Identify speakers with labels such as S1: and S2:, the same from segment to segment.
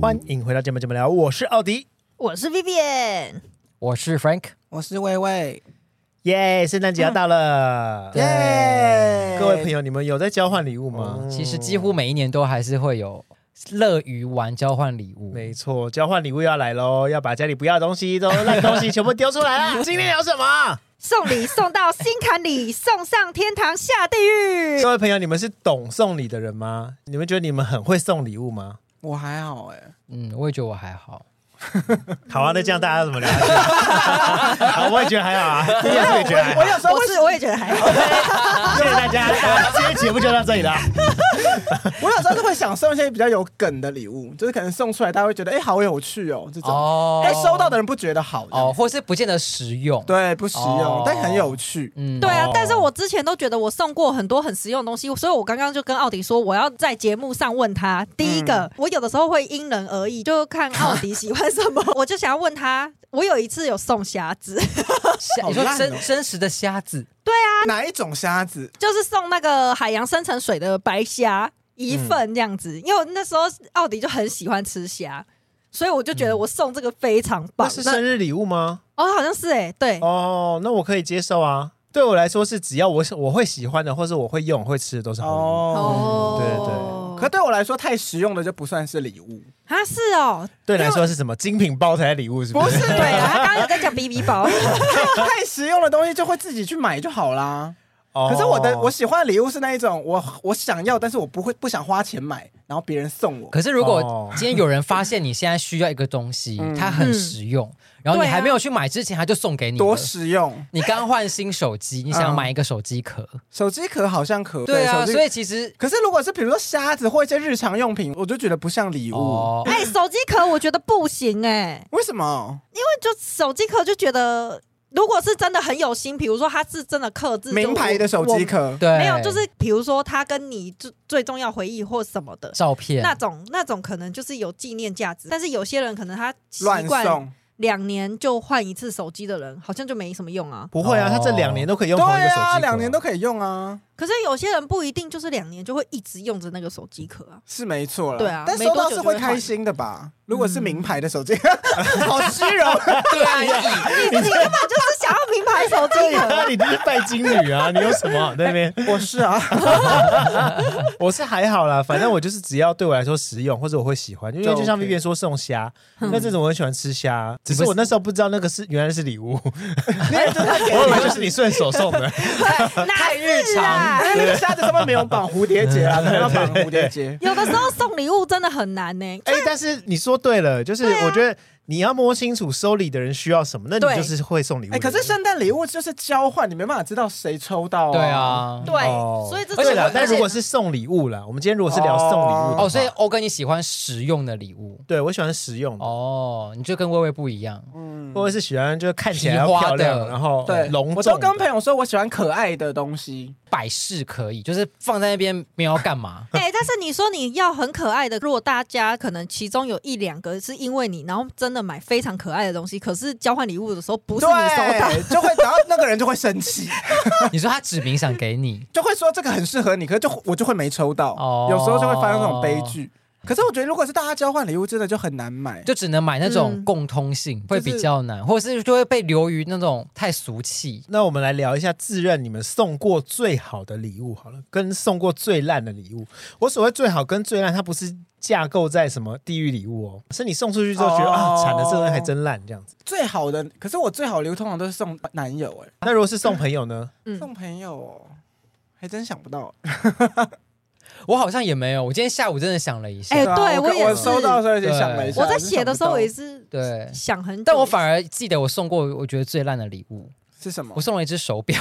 S1: 欢迎回到节目，节目聊，我是奥迪，
S2: 我是 Vivian，
S3: 我是 Frank，
S4: 我是薇薇，
S1: 耶！圣诞节要到了，
S3: 对
S4: 耶！
S1: 各位朋友，你们有在交换礼物吗？
S3: 其实几乎每一年都还是会有乐于玩交换礼物。
S1: 没错，交换礼物要来喽，要把家里不要的东西都烂东西全部丢出来 了。今天聊什么？
S2: 送礼送到心坎里，送上天堂下地狱。
S1: 各位朋友，你们是懂送礼的人吗？你们觉得你们很会送礼物吗？
S4: 我还好哎、
S3: 嗯，我也觉得我还好。
S1: 好啊，那这样大家要 怎么聊下去？好，我也觉得还好啊， 我也觉得还好。
S4: 有时
S2: 我是我也觉得
S1: 哦
S2: 还好，
S1: 谢谢大家，大家今天节目就到这 里了。
S4: 我有时候是会想送一些比较有梗的礼物，就是可能送出来大家会觉得哎、好有趣哦这种，
S3: 哦
S4: 哎、收到的人不觉得好
S3: 哦，
S4: 哦，
S3: 或是不见得实用。，
S4: 对，啊不实用，
S3: 哦
S4: 但很有趣。
S3: 嗯
S2: 对啊
S1: 哦，
S2: 但是我之前都觉得我送过很多很实用的东西，所以我刚刚就跟奥迪说，我要在节目上问他。第一
S1: 嗯
S2: 个，我有的时候会因人而异，就看奥迪喜欢什 么，我就想要问他。我有一次有送虾子，
S3: 虾
S4: 好
S3: 你说
S4: 烂哦
S3: 真真实的虾子，
S4: 哪一种虾子？
S2: 就是送那个海洋深层水的白虾一份这样子，
S1: 嗯
S2: 因为那时候奥迪就很喜欢吃虾，所以我就觉得我送这个非常棒。
S1: 嗯那是
S2: 那
S1: 生日礼物吗？
S2: 哦，好像是哎、对，
S1: 哦，那我可以接受啊。对我来说是，只要我我会喜欢的，或是我会用、会吃的，都是好礼物。
S4: 哦，
S1: 哦
S4: 可对我来说太实用的就不算是礼物，
S2: 对啊，是哦，
S1: 对你来说是什么精品包才是礼物，是不
S4: 不
S1: 是？
S4: 是
S2: 对啊，他刚刚有在讲 BB 包，
S4: 太实用的东西就会自己去买就好啦。
S1: 哦
S4: 可是我的我喜欢的礼物是那一种我我想要，但是我不会不想花钱买，然后别人送我。
S3: 可是如
S1: 哦
S3: 果今天有人发现你现在需要一个东西，
S4: 嗯
S3: 它很实用，然后
S2: 对
S3: 你
S2: 啊
S3: 还没有去买之前，他就送给你了
S4: 多实用，
S3: 你刚换新手机，你想
S4: 嗯
S3: 买一个手机壳，
S4: 手机壳好像可
S3: 对啊，
S4: 手机
S3: 所以其实
S4: 可是如果是比如说虾子或一些日常用品，我就觉得不像礼物。
S3: 哦，
S2: 哎、手机壳我觉得不行哎、
S4: 为什么？
S2: 就手机壳就觉得，如果是真的很有心，比如说他是真的刻字，
S4: 名牌的手机
S2: 我，
S4: 壳，
S3: 对，
S2: 我没有，就是比如说他跟你最最重要回忆或什么的。
S3: 照片
S2: 那种那种可能就是有纪念价值，但是有些人可能他习
S4: 乱
S2: 惯
S4: 送。
S2: 两年就换一次手机的人，好像就没什么用啊。
S1: 不会啊，他这两年都可以用同一个手机壳、
S4: 哦啊，两年都可以用啊，
S2: 可是有些人不一定就是两年就会一直用着那个手机壳啊。
S4: 是没错了。
S2: 对啊
S4: 但收到是会开心的吧？如果是名牌的手机，
S2: 嗯
S4: 好虚荣。
S3: 对啊，
S2: 你你根本就是想要名牌手机壳 啊
S1: 啊，你这是拜金女啊！你有什 么在那边？
S4: 我是啊，
S1: 我是还好啦，反正我就是只要对我来说实用，或者我会喜欢，因为
S4: 就
S1: 就像
S4: OK
S1: Vivian 说送虾，
S2: 嗯
S1: 那这种我很喜欢吃虾，只是
S3: 你不是
S1: 我那时候不知道那个是原来是礼物，
S4: 你也 就是他给
S1: 我以为就是你顺手送的。
S3: 太日常
S2: 啦
S4: 哎那个虾子上面没有绑蝴蝶结啊，没有绑蝴蝶结。
S2: 有的时候送礼物真的很难呢、
S1: 哎、但是你说对了，就是我觉得你要摸清楚收礼的人需要什么，那
S2: 对
S1: 你就是会送礼物的
S4: 哎，
S1: 人。
S4: 可是圣诞礼物就是交换，你没办法知道谁抽到。
S3: 对，啊，
S2: 对
S1: 哦
S2: 所以这
S1: 对
S2: 是
S1: 啦
S2: 我，。
S1: 但如果是送礼物啦，我们今天如果是聊送礼物的话
S3: 哦，所以欧哥你喜欢实用的礼物
S1: 对我喜欢实用的，
S3: 哦，你就跟薇薇不一样，
S4: 嗯，
S1: 或者是喜欢就是看起来要
S3: 皮花
S1: 漂亮，
S3: 的
S1: 然后
S4: 对，
S1: 隆
S4: 我
S1: 重
S4: 都
S1: 的。
S4: 跟朋友说我喜欢可爱的东西。
S3: 摆饰可以，就是放在那边没有要干嘛
S2: 哎、但是你说你要很可爱的，如果大家可能其中有一两个是因为你，然后真的买非常可爱的东西，可是交换礼物的时候不是你收 到，
S4: 对，就会然后那个人就会生气，
S3: 你说他指明想给你，
S4: 就会说这个很适合你，可是就我就会没抽到，
S3: 哦
S4: 有时候就会发生这种悲剧。可是我觉得，如果是大家交换礼物，真的就很难买。
S3: 就只能买那种
S2: 嗯
S3: 共通性，会比较难，或者是就会被流于那种太俗气。
S1: 那我们来聊一下自认你们送过最好的礼物好了，跟送过最烂的礼物。我所谓最好跟最烂，它不是架构在什么地狱礼物哦，是你送出去之后觉得、
S4: 哦
S1: 啊，惨了，这个人还真烂这样子。
S4: 最好的，可是我最好的礼物通常都是送男友、欸，
S1: 那如果是送朋友呢？
S2: 嗯
S4: 送朋友、哦，还真想不到。
S3: 我好像也没有，我今天下午真的想了一下，
S2: 哎
S4: 啊
S2: 对
S4: 我
S2: 我也
S4: 我
S2: 是
S4: 收到的时候也想了一下，
S2: 我在写的时候也
S4: 是啊
S2: 是
S3: 对，
S2: 想很久，
S3: 但我反而记得我送过我觉得最烂的礼物，
S4: 是什么
S3: 我？送了一只手表，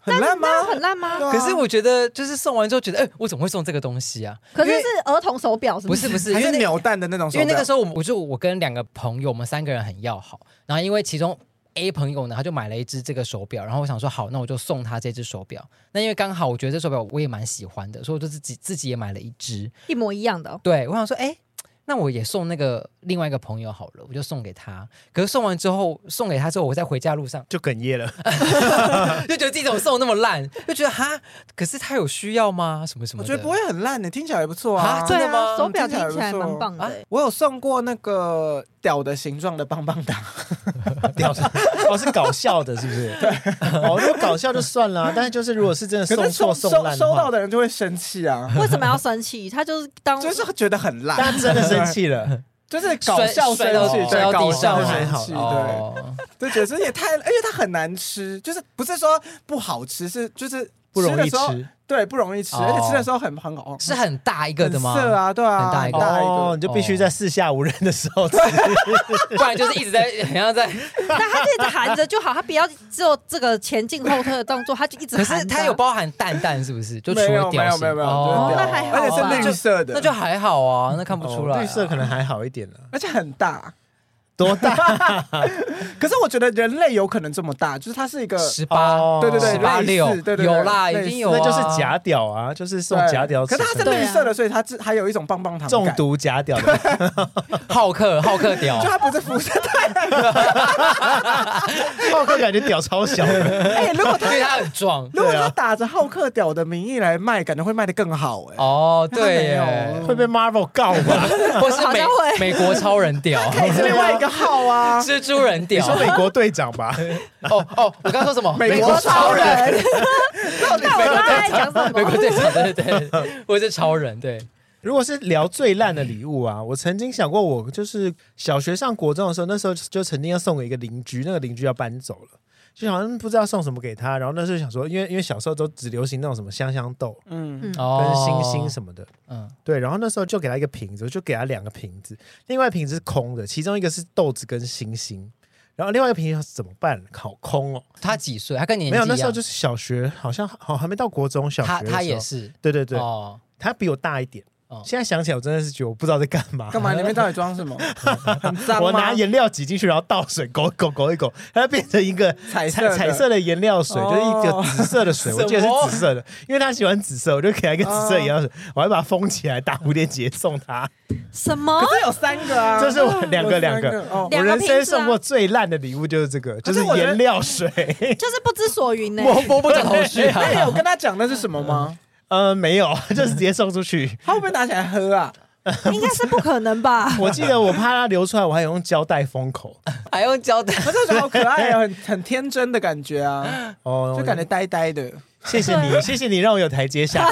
S4: 很烂吗？
S2: 很烂吗？
S4: 对啊
S3: 可是我觉得就是送完之后觉得，哎、我怎么会送这个东西啊？
S2: 可是
S3: 因为
S2: 是儿童手表是
S3: 不
S2: 不
S3: 是
S2: 是？
S3: 不 是，
S4: 还
S3: 因为
S4: 是
S3: 那
S4: 扭蛋的那种手
S3: 因
S4: 表，
S3: 为那个时候我们我就我跟两个朋友，我们三个人很要好，然后因为其中 A 朋友呢，他就买了一只这个手表，然后我想说好，那我就送他这只手表。那因为刚好我觉得这手表我也蛮喜欢的，所以我就自己自己也买了一只。
S2: 一模一样的哦、
S3: 对，我想说，哎，那我也送那个另外一个朋友好了，我就送给他。可是送完之后，送给他之后，我在回家路上
S1: 就哽咽了。
S3: 就觉得自己怎么送得那么烂，就觉得哈，可是他有需要吗？什么什么
S4: 我
S3: 的？
S4: 觉得不会很烂的，听起来也不错啊
S3: 啊。
S2: 对
S3: 真的吗
S2: 啊，手表听
S4: 听
S2: 起
S4: 起来
S2: 来
S4: 不错
S2: 蛮棒的、
S3: 啊
S2: 欸
S4: 我有送过那个屌的形状的棒棒糖，
S1: 屌丝，哦，是搞笑的，是不是？对，哦，如果搞笑就算了啊，但是就是如果是真的
S4: 可
S1: 送
S4: 是收
S1: 错送
S4: 收
S1: 烂的
S4: 收到
S1: 话，
S4: 的人就会生气啊，
S2: 为什么要生气？他就是当
S4: 就是觉得很烂，
S1: 大家真的生气了，
S4: 就是搞笑生
S3: 摔到
S4: 气，
S1: 摔
S4: 对，
S1: 到
S4: 搞
S1: 地
S4: 笑
S1: 上
S4: 生
S1: 啊
S4: 气，对，
S3: 哦，
S4: 就觉得这也太，而且它很难吃，就是不是说不好吃，是就是
S1: 不容
S4: 的
S1: 易
S4: 时候，
S1: 吃。
S4: 对，不容易吃，
S3: 哦
S4: 而且吃的时候很很好，
S3: 是很大一个
S4: 很
S3: 的吗？
S4: 涩啊，对啊，
S3: 很大一个
S4: 一
S1: 哦，
S4: 个，
S1: 你就必须在四下无人的时候吃。
S3: 不然就是一直在， 好像在。
S2: 但他就一直含着就好，他不要只有这个前进后退的动作，他就一直
S3: 可
S2: 含着啊。
S3: 是它有包含蛋蛋，是不是？ 就除
S4: 没
S3: 了
S4: 有没
S3: 屌
S4: 有
S3: 型，
S4: 没有没有，
S3: 哦
S4: 就是
S2: 那
S4: 屌
S2: 还好
S4: 而
S2: 啊
S4: 且是绿色的，
S3: 那就还好啊，那看不出来啊。
S1: 哦绿色可能还好一点了，
S4: 而且很大。
S1: 多大？
S4: 可是我觉得人类有可能这么大，就是它是一个
S3: 十八，
S1: 哦
S4: 对对对
S3: 十八
S4: 类似
S3: 六，
S4: 对对对
S3: 有啦，
S4: 类
S3: 已
S4: 似
S3: 经有啊，
S1: 那就是假屌啊，就是送
S4: 对
S1: 假屌尺
S4: 可是
S1: 寸。
S4: 它是
S2: 对
S4: 绿
S2: 啊
S4: 色的，所以它自还有一种棒棒糖
S1: 中
S4: 感，
S1: 毒假屌的，
S3: 好客好客 屌
S4: 就，它不是辐射。
S1: 浩克感觉屌超小 的，
S4: 哎，如果它
S3: 因为它很壮。
S4: 如果他打着好客屌的名义来卖，感觉会卖得更好哎、
S3: 哦，对
S4: 他
S3: 耶
S4: 没，有
S1: 会被 Marvel 告 吧？
S3: 或是美
S2: 好像会
S3: 美国超人屌，
S4: 也是另外一个号啊。
S3: 蜘蛛人
S1: 你
S3: 屌。
S1: 说美国队长吧？
S3: 哦哦，我刚说什么？
S4: 美
S3: 国
S4: 国超人，到底
S2: 那我
S4: 美
S2: 刚
S4: 国
S2: 刚在讲什
S3: 美国
S2: 么？
S3: 队长，对对对，我是超人，对，
S1: 如果是聊最烂
S3: 嗯
S1: 的礼物啊，我曾经想过，我就是小学上国中的时候，那时候就曾经要送给一个邻居，那个邻居要搬走了，就好像不知道送什么给他。然后那时候想说，因为因为小时候都只流行那种什么香香豆
S4: 嗯，
S3: 哦，
S1: 跟星星什么的，
S3: 嗯，
S1: 对。然后那时候就给他一个瓶子，我就给他两个瓶子，另外一瓶子是空的，其中一个是豆子跟星星。然后另外一个瓶子怎么办？好空哦，
S3: 他几岁？他跟你
S1: 没有。那时候就是是小学，好像好还没到国中小学
S3: 他
S1: 的时候。
S3: 他也是，
S1: 对对对，
S3: 哦，
S1: 他比我大一点。
S3: 哦
S1: 现在想起来，我真的是觉得我不知道在干嘛。
S4: 干嘛？里面到底 装什么？很脏吗？
S1: 我拿颜料挤进去，然后倒水，狗狗狗一狗，它就变成一个
S4: 彩
S1: 彩
S4: 色的
S1: 彩色的颜料水，就
S4: 哦
S1: 是一个紫色的水，
S3: 什么
S1: 我记得是紫色的，因为他喜欢紫色，我就给他一个紫色颜料水，我还把它封起来，打蝴蝶结送他。
S2: 什么？
S4: 哦可是有三个啊，
S1: 这是我两个
S4: 有三
S1: 两个
S4: 个哦。
S1: 我
S2: 两个
S1: 人
S2: 瓶子啊
S1: 生送过最烂的礼物就是这个，就是颜料水。
S2: 就是不知所云呢、
S3: 摸摸不着头绪啊
S4: 那你有哎跟他讲那是什么吗？
S1: 呃，没有，就是直接送出去。
S4: 他会不会拿起来喝啊？
S2: 应该是不可能吧？
S1: 我记得我怕它流出来，我还用胶带封口。
S3: 还用胶带。
S4: 可是我觉得好可爱 哦，很很天真的感觉啊，
S1: 哦，
S4: 就感觉呆呆的。
S1: 谢谢你，谢谢你让我有台阶下。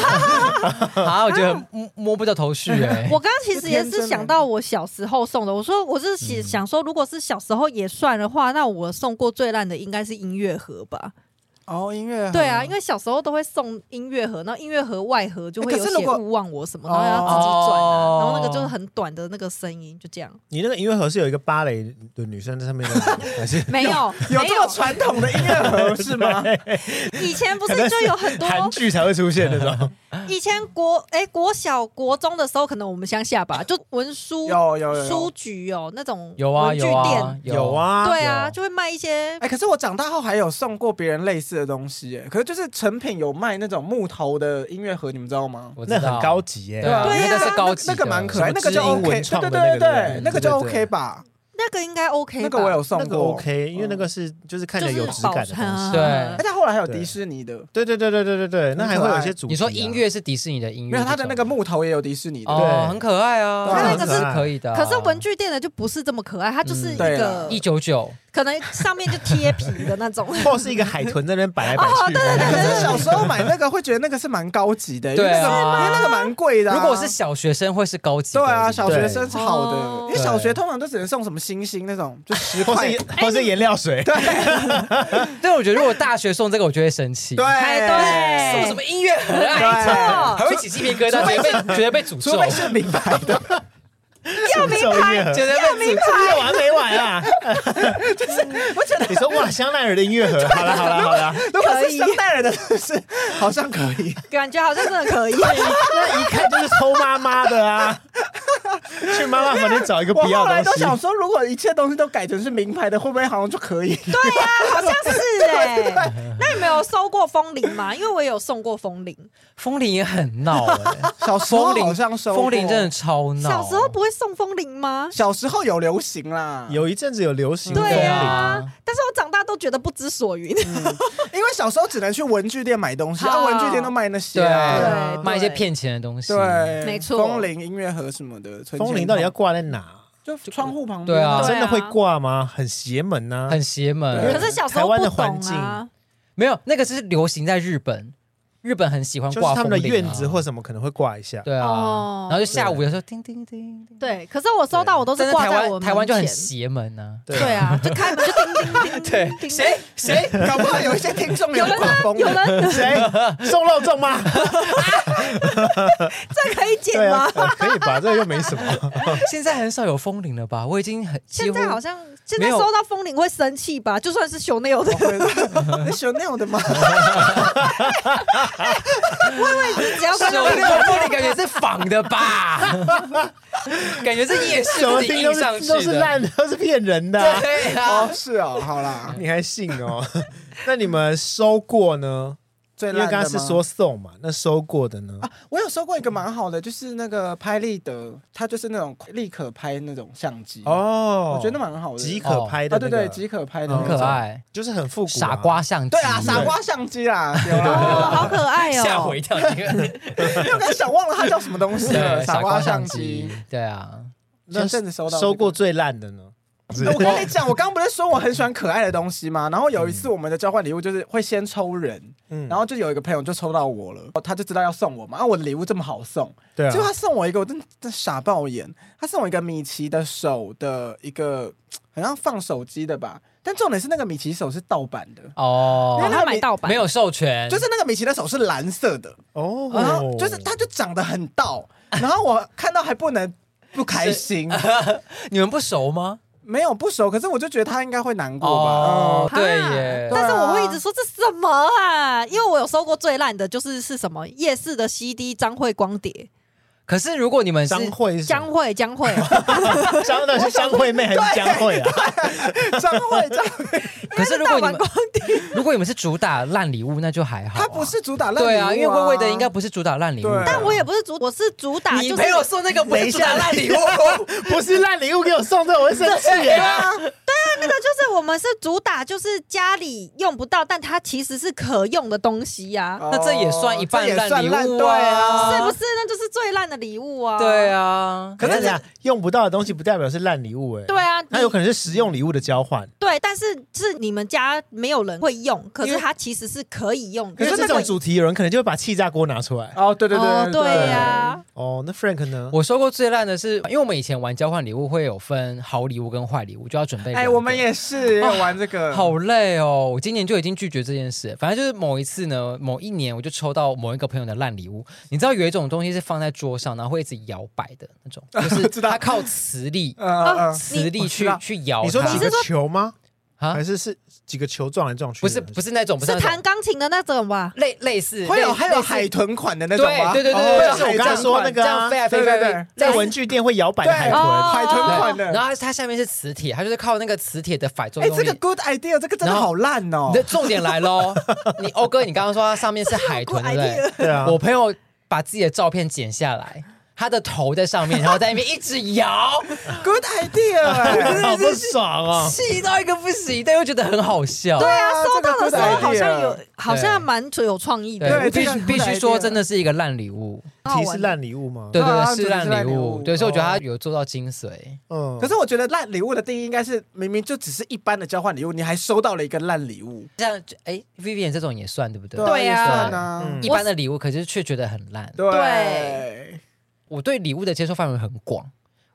S3: 啊，我觉得摸摸不着头绪 哎。
S2: 我刚刚其实也是想到我小时候送的，我说我是想想说，如果是小时候也算的话，那我送过最烂的应该是音乐盒吧？
S4: 哦，音乐
S2: 对啊，因为小时候都会送音乐盒，然后音乐盒外盒就会
S4: 欸
S2: 有
S4: 可是如
S2: 写
S4: 果
S2: 勿忘我什么，然后要自己转啊，
S3: 哦
S2: 然后那个就是很短的那个声音，就这样。
S1: 你那个音乐盒是有一个芭蕾的女生在上面的吗，还是
S2: 没有，
S4: 有
S2: 没
S4: 这么传统的音乐盒是 吗？
S2: 以前不是就有 很多
S1: 韩剧才会出现那种？
S2: 以前国哎、国小国中的时候，可能我们乡下吧，就文书
S4: 有有有
S2: 书
S4: 有。
S2: 局哦、那种
S3: 有啊
S2: 文具
S3: 有啊
S2: 店，
S1: 有，啊，
S2: 对啊，
S3: 有
S2: 就会卖一些
S4: 哎、可是我长大后还有送过别人类似的东西，哎，可是就是成品有卖那种木头的音乐盒，你们知道吗？
S3: 我知
S1: 那
S3: 道
S1: 很高级耶、
S3: 对啊，
S4: 对啊
S3: 因为那是高级的，
S4: 那个蛮可爱，
S1: 什么
S4: 那个就
S1: 知音
S4: OK，
S1: 文
S4: 对
S1: 创的
S4: 对对
S1: 那个
S4: 对，
S1: 对
S4: 那个就
S1: 对对
S4: OK 吧？
S2: 那个应该 OK 吧？
S4: 那个我有送
S1: 那个
S4: 过，
S1: OK，因为那个是就是看起来有质感的
S2: 就是保
S1: 东
S2: 存
S1: 西
S2: 啊。
S3: 对
S4: 哎，但后来还有迪士尼的，
S1: 对对对对对对对，那还会有一些主题啊、
S3: 你说音乐是迪士尼的音乐，
S4: 没有它的那个木头也有迪士尼的，
S3: 哦，很可爱啊，
S4: 对它那
S2: 个
S1: 是
S3: 可以的啊。
S2: 可是文具店的就不是这么可爱，它就是一
S4: 对
S2: 个
S4: 啦、
S3: 嗯啊一九九，
S2: 可能上面就贴皮的 那种。
S1: 或是一个海豚在那边摆来摆去。
S2: 哦对对对
S4: 哎可是小时候买那个会觉得那个是蛮高级的，因为
S3: 对
S4: 那个
S3: 啊
S4: 因为那个蛮贵的啊。
S3: 如果我是小学生，会是高级的。
S4: 对啊，小
S3: 对
S4: 学生是好的
S2: 哦，
S4: 因为小学通常都只能送什么星星那种，就十
S1: 或
S4: 块。
S1: 是或是颜料水，
S3: 但我觉得如果大学送这个，我就会生气。
S4: 对，
S2: 哎
S3: 送什么音乐盒啊？
S4: 对
S3: 还会起鸡皮疙瘩，觉得被觉得被诅咒
S4: 除，非是名牌的，
S1: 要名牌，
S3: 觉得被诅咒。
S1: 有完没完啊？
S4: 我觉得
S1: 你说哇，香奈儿的音乐盒，好了好了好了，
S4: 如果
S2: 可
S4: 是
S2: 以
S4: 圣诞人的，是好像可 以。
S2: 感觉好像真的可以。
S1: 那一看就是偷妈妈的啊！去妈妈房间找一个
S4: 我
S1: 不要
S4: 后来
S1: 的
S4: 都
S1: 东西，
S4: 想说，如果 一
S2: 啊
S4: 切东西都改成是名牌的，会不会好像就可以？
S2: 对呀、好像是哎、那你们有有收过风铃吗？因为我也有送过风铃，
S3: 风铃也很闹 哎，
S4: 小时候
S3: 风铃
S4: 好像收过
S3: 风铃真的超闹。
S2: 小时候不会送风铃吗？
S4: 小时候有流行啦，
S1: 有一阵子有流行
S2: 对
S1: 风
S2: 呀、
S1: 铃，
S3: 啊
S2: 但是我长大都觉得不知所 云。
S4: 因为小时候只能去文具店买东西，
S2: 好
S4: 啊，文具店都卖那些
S3: 对
S4: 啊，
S2: 对
S3: 卖一些骗钱的东西，
S4: 对，
S2: 没错
S4: 风铃音乐盒什么的，存钱筒
S1: 风铃到底要挂在哪？
S4: 就窗户旁边，
S3: 对啊
S1: 真的会
S2: 对啊
S1: 挂吗？很邪门啊呐、
S3: 很邪门
S4: 对
S2: 可。是小时候
S1: 台湾
S2: 不
S1: 的
S2: 懂
S1: 环境
S2: 啊，
S3: 没有那个是流行在日本，日本很喜欢
S1: 就是
S3: 挂
S1: 他们的
S3: 风铃啊
S1: 院子或什么可能会挂一下。
S3: 对啊，
S2: 哦
S3: 然后就下午的时候叮叮叮，叮
S2: 对。可是我收到我都
S3: 但
S2: 是
S3: 是
S2: 挂
S3: 台
S2: 在我
S3: 湾
S2: 门
S3: 台湾就很
S2: 前
S3: 邪门呐。
S2: 对啊，就开门就叮叮 叮叮叮。
S3: 谁谁
S4: 搞不好有一些听众有刮 风
S2: 有
S4: 铃，
S3: 啊
S2: 人
S1: 谁 送肉粽吗？
S2: 这可
S1: 对
S2: 以剪
S1: 啊
S2: 吗？，
S1: 可以吧？这个又没什 么。
S3: 现在很少有风铃了吧？我已经很几
S2: 现
S3: 乎
S2: 在好像现
S3: 没
S2: 在
S3: 有
S2: 收到风铃会生气吧？就算是熊内有的，
S4: 你喜欢那哎样的 吗？
S2: 只要看
S3: 手
S2: 到
S3: 那个风铃感觉是仿 的吧？感觉是夜市
S1: 怎么
S3: 自己
S1: 听都
S3: 印上
S1: 是
S3: 去
S1: 都是
S3: 的。
S1: 烂的，都是骗人的啊、
S3: 对
S4: 哦
S3: 啊，，
S4: 是哦，好啦，
S1: 你还信哦？ 那你们收过呢？
S4: 最
S1: 因为
S4: 烂的
S1: 刚刚是
S4: 吗
S1: 说送嘛，那收过的呢？
S4: 啊，我有收过一个蛮好的，就是那个拍立得，它就是那种立可拍那种相机，
S3: 啊
S1: 哦，
S4: 我觉得蛮好的，
S1: 即可拍的、
S4: 啊，
S1: 那
S4: 对
S1: 个
S4: 对，即可拍的，
S1: 嗯
S3: 很可，爱，嗯
S1: 就是很复古、
S3: 傻。瓜相机。
S4: 对啊，傻瓜相机啦，有
S2: 哦，
S4: 啦
S2: 好可爱
S3: 吓我
S2: 哦
S3: 一！跳！这个
S4: 因为我刚才想忘了它叫什么东西了，
S3: 对
S4: 傻瓜
S3: 相
S4: 机。，
S3: 对啊，
S1: 那
S4: 前阵子收到哎
S1: 收过最烂的呢？
S4: 我跟你讲，我刚刚不是说我很喜欢可爱的东西吗？然后有一次我们的交换礼物就是会先抽人，
S1: 嗯
S4: 然后就有一个朋友就抽到我了，哦他就知道要送我嘛，啊，我的礼物这么好送，
S1: 对啊
S4: 结，果他送我一个，我真的傻爆眼。他送我一个米奇的手的一个，好像放手机的吧。但重点是那个米奇手是盗版的，
S2: 哦，
S3: 哦，
S2: 他买盗版
S3: 没有授权，
S4: 就是那个米奇的手是蓝色的，
S1: 哦，
S4: 然
S3: 啊
S4: 后就是它就长得很盗，然后我看到还不能不开心，
S3: 你们不熟吗？
S4: 没有不熟，可是我就觉得他应该会难过吧。
S3: 哦
S4: 哦，
S3: 对
S2: 哈
S3: 耶
S2: 但
S1: 啊
S2: 是我会一直说这什么啊？因为我有收过最烂的，就是是什么夜市的 CD 张惠光碟，
S3: 可是如果你们是
S1: 张惠是什
S2: 江
S1: 么
S2: 惠江惠，
S1: 张的是张惠妹还是江惠啊？
S4: 嗯张惠 张惠，
S3: 啊可是如果
S2: 盗
S3: 你
S2: 版
S3: 们
S2: 光碟，
S3: 如果你们是主打烂礼物，那就还好啊。
S4: 他不是主打烂
S3: 对
S4: 礼物
S3: 啊，因为薇薇的应该不是主打烂礼物吧。
S4: 对
S2: 但我也不是主，我是主打
S3: 你
S2: 就是
S3: 没有送那个不是主打烂礼物，
S1: 不是烂礼物给我送这，我会生气耶！
S2: 那个啊就是我们是主打，就是家里用不到，但它其实是可用的东西呀、
S4: 哦
S3: 那这也算一半
S4: 这也
S3: 烂
S4: 算
S3: 礼
S4: 烂
S3: 物
S4: 对啊，
S2: 是不是？那就是最烂的礼物啊！
S3: 对，啊，
S1: 可是这样用不到的东西不代表是烂礼物哎，
S2: 对啊，
S1: 它
S2: 你
S1: 有可能是实用礼物的交换。
S2: 对，但是是你们家没有人会用，可
S4: 因
S2: 是
S4: 为
S2: 它其实是可以用
S1: 可
S2: 的。
S1: 是这种主题，有人可能就会把气炸锅拿出来。
S4: 哦，对对
S2: 哦，
S4: 对
S2: 对呀、
S1: 哦，那 Frank 呢？
S3: 我收过最烂的是，因为我们以前玩交换礼物会有分好礼物跟坏礼物，就要准备两个。
S4: 哎，我们也是也有玩这个，
S3: 哦好累哦！我今年就已经拒绝这件事。反正就是某一次呢，某一年我就抽到某一个朋友的烂礼物。你知道有一种东西是放在桌上，然后会一直摇摆的那种， 就是
S4: 知道
S3: 它靠磁力，
S4: 嗯嗯嗯
S3: 磁力
S4: 我知
S3: 去
S4: 道
S3: 去摇它。
S1: 你说几个球吗？
S3: 啊
S1: 还是是几个球撞来撞去
S3: 不
S1: 的？
S3: 是不是那种，不是
S2: 是
S3: 那种
S2: 弹钢琴的那种吧？
S3: 类类似，
S4: 会有
S3: 类
S4: 还有
S3: 类似
S4: 海豚款的那
S3: 对
S4: 种吗？
S3: 对对对
S1: 哦
S3: 对，
S1: 就是我刚才说那个
S3: 这样
S1: 啊
S3: 飞来飞
S4: 对
S3: 飞
S4: 对
S3: 飞
S4: 对。
S1: 在文具店会摇摆的海
S2: 哦
S1: 豚。
S4: 海豚
S3: 对哦
S4: 款的。
S3: 然后它下面是磁铁，它就是靠那个磁铁的反作
S4: 哎，
S3: 用
S4: 这
S3: 力
S4: 个。good idea，这个真的好烂哦
S3: 你的。重点来喽，你欧哥，你刚刚说它上面是海 豚，对不对？
S1: 对啊，
S3: 我朋友把自己的照片剪下来，他的头在上面，然后在那边一直摇，
S4: Good idea！哎
S1: 好不爽哦！
S3: 气到一个不行，但又觉得很好笑。
S2: 对啊，
S4: 这
S2: 收到
S4: 个
S2: 的时候
S4: good idea
S2: 好像有，好像蛮有创意的。
S3: 对，我
S4: 对这
S3: 必
S4: 个
S3: 须
S4: 很
S3: 必须
S4: idea
S3: 说，真的是一个烂礼物。
S2: 好
S1: 题
S2: 玩
S1: 是烂礼物吗？
S3: 对对
S4: 啊
S3: 对，是烂
S4: 烂
S3: 礼
S4: 礼
S3: 物
S4: 物。
S3: 对，所以我觉得他有做到精髓。
S1: 嗯，
S4: 可是我觉得烂礼物的定义应该是，明明就只是一般的交换礼物，你还收到了一个烂礼物。
S3: 像哎，Vivian 这种也算对不对？
S2: 对啊
S4: 也算啊，
S1: 嗯
S3: 一般的礼物，可是却觉得很烂。
S4: 对
S2: 对。
S3: 我对礼物的接受范围很广。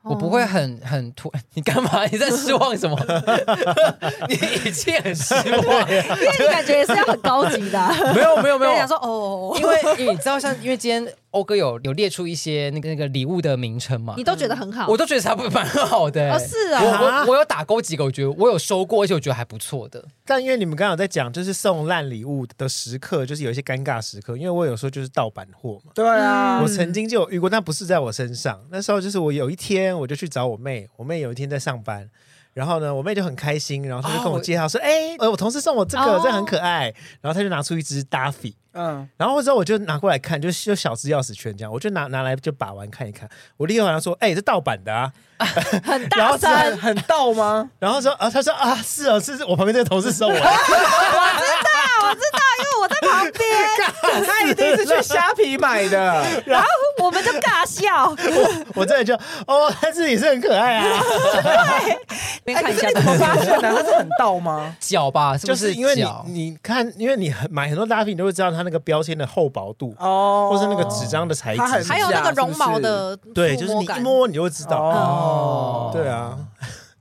S3: 我
S2: 哦
S3: 不会很很突， 你干嘛？你在失望什么？ 你已经很失望，
S2: 因为你感觉也是要很高级的啊、
S3: 没有没有没
S2: 跟
S3: 有
S2: 你，讲说哦，
S3: 因为因为你知道像，因为今天欧哥有有列出一些那个那个礼物的名称嘛
S2: 你，都觉得很好，
S3: 我都觉得它不蛮 好
S1: 哎
S3: 的、欸。
S2: 哦是啊
S3: 我我我有打勾几个，我觉得我有收过，而且我觉得还不错的。
S1: 但因为你们刚刚有在讲，就是送烂礼物的时刻，就是有一些尴尬时刻。因为我有时候就是盗版货嘛，
S4: 对啊
S1: 我，曾经就有遇过，但不是在我身上。那时候就是我有一天，我就去找我妹，我妹有一天在上班，然后呢，我妹就很开心，然后她就跟
S3: 哦
S1: 我
S3: 我
S1: 介绍说：“哎、呃，我同事送我这个，
S2: 哦
S1: 这很可爱。”然后她就拿出一只 Duffy，
S4: 嗯，
S1: 然后之后我就拿过来看，就就小只钥匙圈这样，我就拿拿来就把玩看一看。我立刻跟她说：“哎、这盗版的啊！”
S2: 很
S1: 然
S2: 大
S1: 后
S2: 声，
S1: 是
S4: 很到 吗？
S1: 然后说：“啊，她说啊，是哦，是是我旁边这个同事送我的。
S2: 我知道，因为我在旁 边，
S4: 他一定是去虾皮买的，
S2: 然后我们就尬笑。
S1: 我”我真的就哦，她自己是很可爱啊，
S2: 边
S4: 哎，可
S2: 看一下
S4: 是你怎么发现的？他是很到吗？
S3: 脚吧，是
S1: 就
S3: 不
S1: 是因为你
S3: 脚？
S1: 你看，因为你很买很多 Duffy，你都会知道它那个标签的厚薄度，
S4: 哦，
S1: 或是那个纸张的材质
S4: 它很
S1: 是，
S2: 还有那个绒毛的
S1: 对，
S2: 触
S1: 就是
S2: 摸
S1: 你
S2: 感
S1: 一摸你就会知道。
S4: 哦，
S1: 对，啊，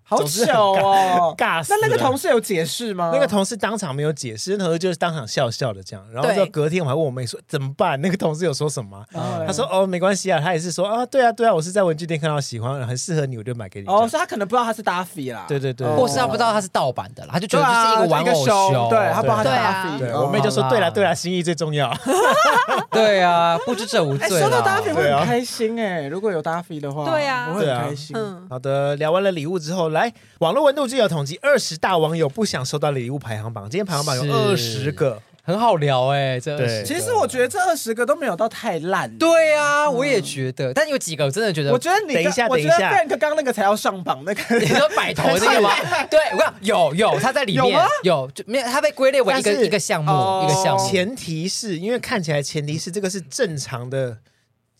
S4: 好糗哦，
S1: 尬啊死
S4: 那
S1: 了。
S4: 那个同事有解释吗？
S1: 那个同事当场没有解释，那同事就是当场笑笑的这样。然后
S2: 对
S1: 到隔天我还问我妹说怎么办？那个同事有说什么啊？
S4: 然后嘞，
S1: 她说哦没关系啊，她也是说啊对啊对啊，我是在文具店看到喜欢，很适合你，我就买给你。
S4: 哦，
S1: 哦，
S4: 所以他可能不知道他是达菲啦，
S1: 对对对
S4: 哦
S3: 或是他不知道它是盗版的啦，他就觉得这是一个玩偶
S4: 对啊就一个
S3: 熊，
S4: show，对他不知道他是
S2: 对啊
S4: 达菲，
S1: 对
S4: 哦
S1: 我妹就说
S3: 好啦
S1: 对啦对啦，心意最重要。
S3: 对啊，不知者无
S4: 哎，
S3: 罪啦。
S4: 收到达菲
S1: 对
S4: 会
S1: 啊
S4: 很开心哎、如果有达菲的话，
S2: 对啊
S4: 我会很开心。
S2: 嗯，
S1: 好的，聊完了礼物之后，来网络温度计有统计二十大网友不想收到的礼物排行榜，今天排行榜有二
S3: 是
S1: 十个，
S3: 很好聊哎，这
S1: 对
S4: 其实我觉得这二十个都没有到太烂，
S3: 对啊，我也觉得，但有几个我真的觉得
S4: 我，觉得你
S1: 啊等一下
S4: 我觉得
S1: 等一下
S4: Frank 刚刚那个才要上榜， 那
S3: 你
S4: 个
S3: 说摆头那个吗？对，我讲有有，他在里
S4: 有
S3: 面
S4: 吗
S3: 有，就没有，他被归类为一
S1: 但是
S3: 个一个项目，
S4: 哦
S3: 一个项目。
S1: 前提是因为看起来前提是这个是正常的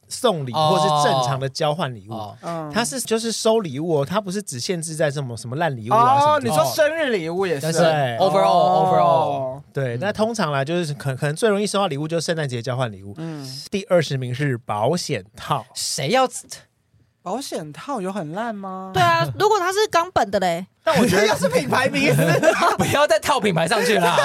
S1: 送礼，
S3: 哦
S1: 或是正常的交换礼物。
S3: 哦，
S4: 嗯
S1: 它是就是收礼物哦，它不是只限制在这么什么烂礼物啊什
S4: 哦
S1: 么，
S4: 你
S1: 的。
S4: 说生日礼物也是
S3: 但是
S1: 对
S3: overall overall，
S4: 哦
S1: 对，那通常啦，就是可可能最容易收到礼物就是圣诞节交换礼物。
S4: 嗯，
S1: 第二十名是保险 套，
S3: 谁要
S4: 保险套有很烂吗？
S2: 对，啊，如果它是冈本的嘞，
S1: 但我觉
S4: 又
S1: 得
S4: 是品牌名字，
S3: 不要再套品牌上去啦？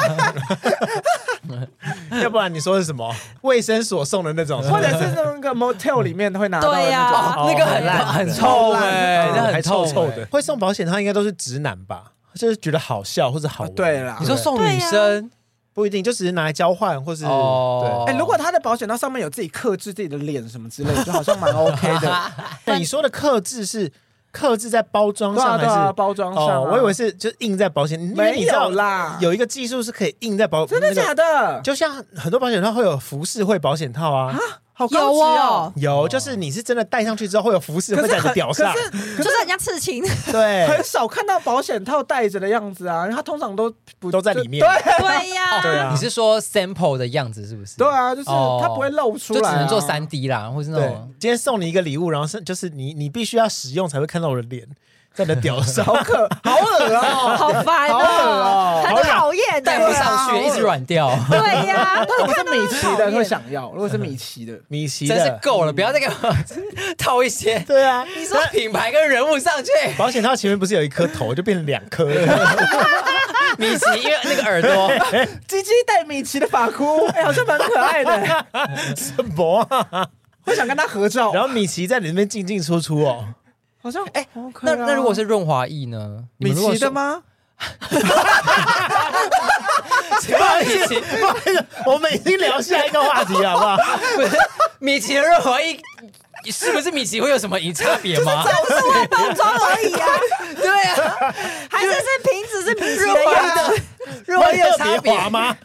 S1: 要不然你说是什么卫生所送的那 种，
S4: 或者是那个 motel 里面会拿到的
S2: 对
S4: 那
S2: 啊
S4: 种。
S1: 哦
S3: 那个很
S1: 烂
S3: 很臭
S4: 烂
S3: 哎，
S4: 嗯
S3: 那
S1: 哦还
S3: 很
S1: 臭臭
S3: 臭
S1: 的
S3: 欸。。
S1: 会送保险套应该都是直男吧？就是觉得好笑或者好
S4: 哦
S1: 玩。
S4: 对啦
S3: 你说送
S2: 对
S3: 女
S2: 啊
S3: 生
S1: 不一定，就只是拿来交换或是
S3: 哦
S1: 对。
S4: 哎、如果他的保险套上面有自己克制自己的脸什么之类的，就好像 蛮 OK 的。
S1: 那哎你说的克制是克制在包装
S4: 对
S1: 上
S4: 啊，
S1: 还
S4: 对啊，
S1: 是？
S4: 包装上啊、
S1: 哦，我以为是就印在保险，因为
S4: 没
S1: 你知道
S4: 有啦，
S1: 有一个技术是可以印在保，
S4: 真的假
S1: 的？
S4: 的？
S1: 就像很多保险套会有服饰会保险套啊，
S4: 好
S2: 有
S4: 高级哦。
S1: 有就是你是真的戴上去之后会有服饰
S4: 可
S1: 会
S4: 是
S1: 在你
S4: 很，
S1: 的屌上
S4: 可，是
S2: 就是人家刺青，
S1: 对
S4: 很，少看到保险套戴着的样子啊，因为它通常都不
S1: 都在
S4: 就
S1: 里面
S4: 对
S2: 对
S1: 对
S2: 呀，
S1: 啊
S3: 你是说 sample 的样子是不是？
S4: 对，啊，就是
S3: 哦
S4: 它不会露出
S3: 就
S4: 来、啊
S3: 只能做三。D 啦，或是那
S1: 对
S3: 种。。
S1: 今天送你一个礼物，然后是就是你你必须要使用才会看到我的脸在你的屌上，
S4: 好可，好恶啊！
S2: 好烦
S4: 好恶
S2: 哦
S4: 哦，
S2: 很讨厌
S3: 戴
S2: 的
S3: 不，上
S4: 对啊
S3: 去，一直软掉，
S2: 对呀，
S4: 如果是米奇
S2: 很讨
S4: 的
S2: 厌
S4: 会想要，如果是米奇的，
S1: 米奇
S3: 真是
S1: 的，
S3: 够了！不要再给我 套一些
S1: 对 啊，
S3: 品牌跟人物上去。
S1: 保险套前面不是有一颗头，就变成两 颗了，
S3: 米奇因为那个耳朵，
S4: 鸡鸡戴米奇的发箍，哎、好像蛮可爱 的，
S1: 什么啊？
S4: 会想跟他合照
S1: 然。后米奇在里面进进出出 哦，
S4: 好像哎、OK
S3: 那
S4: 啊
S3: 那如果是润滑液呢？你
S4: 米
S3: 们如果
S4: 奇的
S3: 说？
S4: 吗？
S3: 请问 米奇
S1: 不好意思，我们已经聊下一个话题了好不好？
S3: 不是米奇的润滑液，是不是米奇会有什么差别吗？
S2: 是外包装而已啊，
S3: 对啊，
S2: 还是是瓶子是 瓶子
S3: 润
S2: 的
S3: 滑
S2: 样
S3: 液
S2: 子，
S3: 的润滑液有
S1: 特
S3: 差
S1: 别
S3: 别
S1: 滑？ 吗？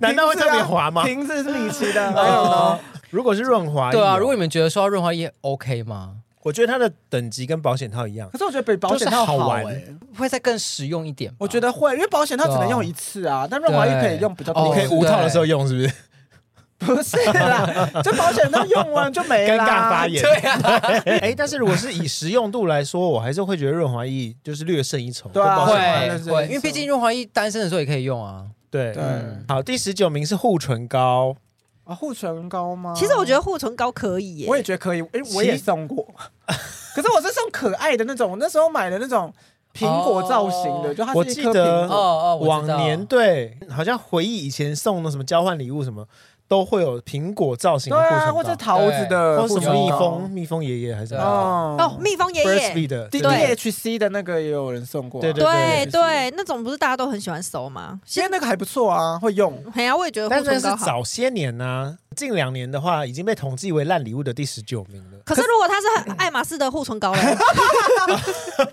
S1: 难道会特
S3: 啊
S1: 别滑吗？
S4: 瓶子是米奇的，哎还有
S3: 哦
S4: 呢？
S1: 如果是润滑液哦，
S3: 对啊，如果你们觉得说润滑液 OK 吗？
S1: 我觉得它的等级跟保险套一样，
S4: 可是我觉得比保险套
S1: 就是好
S4: 哎、
S1: 玩
S3: 会再更实用一点吧？
S4: 我觉得会，因为保险套只能用一次啊，但润滑液可以用比较
S3: 哦
S4: 多
S1: 你可
S4: 次。
S1: 以无套的时候用，是不是？
S4: 不是 啦，就保险套用完就没
S1: 尴
S4: 啦。
S1: 尬发言。
S3: 对啊，
S1: 哎，但是如果是以实用度来说，我还是会觉得润滑液就是略胜一筹。
S4: 对啊
S1: 跟保险套
S3: 会会，因为毕竟润滑液单身的时候也可以用啊。
S1: 对
S4: 对
S1: 嗯好，第十九名是护唇膏，
S4: 啊，护唇膏吗？
S2: 其实我觉得护唇膏可以耶
S4: 我，也觉得可以，哎、我也 送过，可是我是送可爱的那种，我那时候买的那种苹果造型的，
S3: 哦
S4: 就它
S1: 我
S4: 是
S1: 记
S4: 一颗苹
S1: 得
S4: 果。
S3: 哦哦，我
S1: 往
S3: 知道
S1: 年对，好像回忆以前送的什么交换礼物什么。都会有苹果造型
S4: 对
S1: 的护
S4: 啊，
S1: 唇
S4: 或者
S1: 膏，
S4: 桃子的
S1: 或
S4: 护
S1: 者
S4: 唇
S1: 什么蜜
S4: 膏
S1: 蜂蜜蜂爷爷还是
S3: 对
S2: 哦
S4: 哦，
S2: 蜜蜂爷
S1: b u r s
S2: 爷
S1: b e，的
S4: D D
S2: 对
S4: H C 的那个也有人送过啊，
S1: 对对
S2: 对
S4: 对
S2: 对，那种不是大家都很喜欢收吗？
S4: 现在那个还不错啊，会用。
S2: 哎呀，我也觉得
S1: 但
S2: 护
S1: 是那
S2: 唇膏
S1: 是
S2: 好。
S1: 早些年呢、近两年的话已经被统计为烂礼物的第十九名了。
S2: 可是如果它是很爱马仕的护唇膏嘞，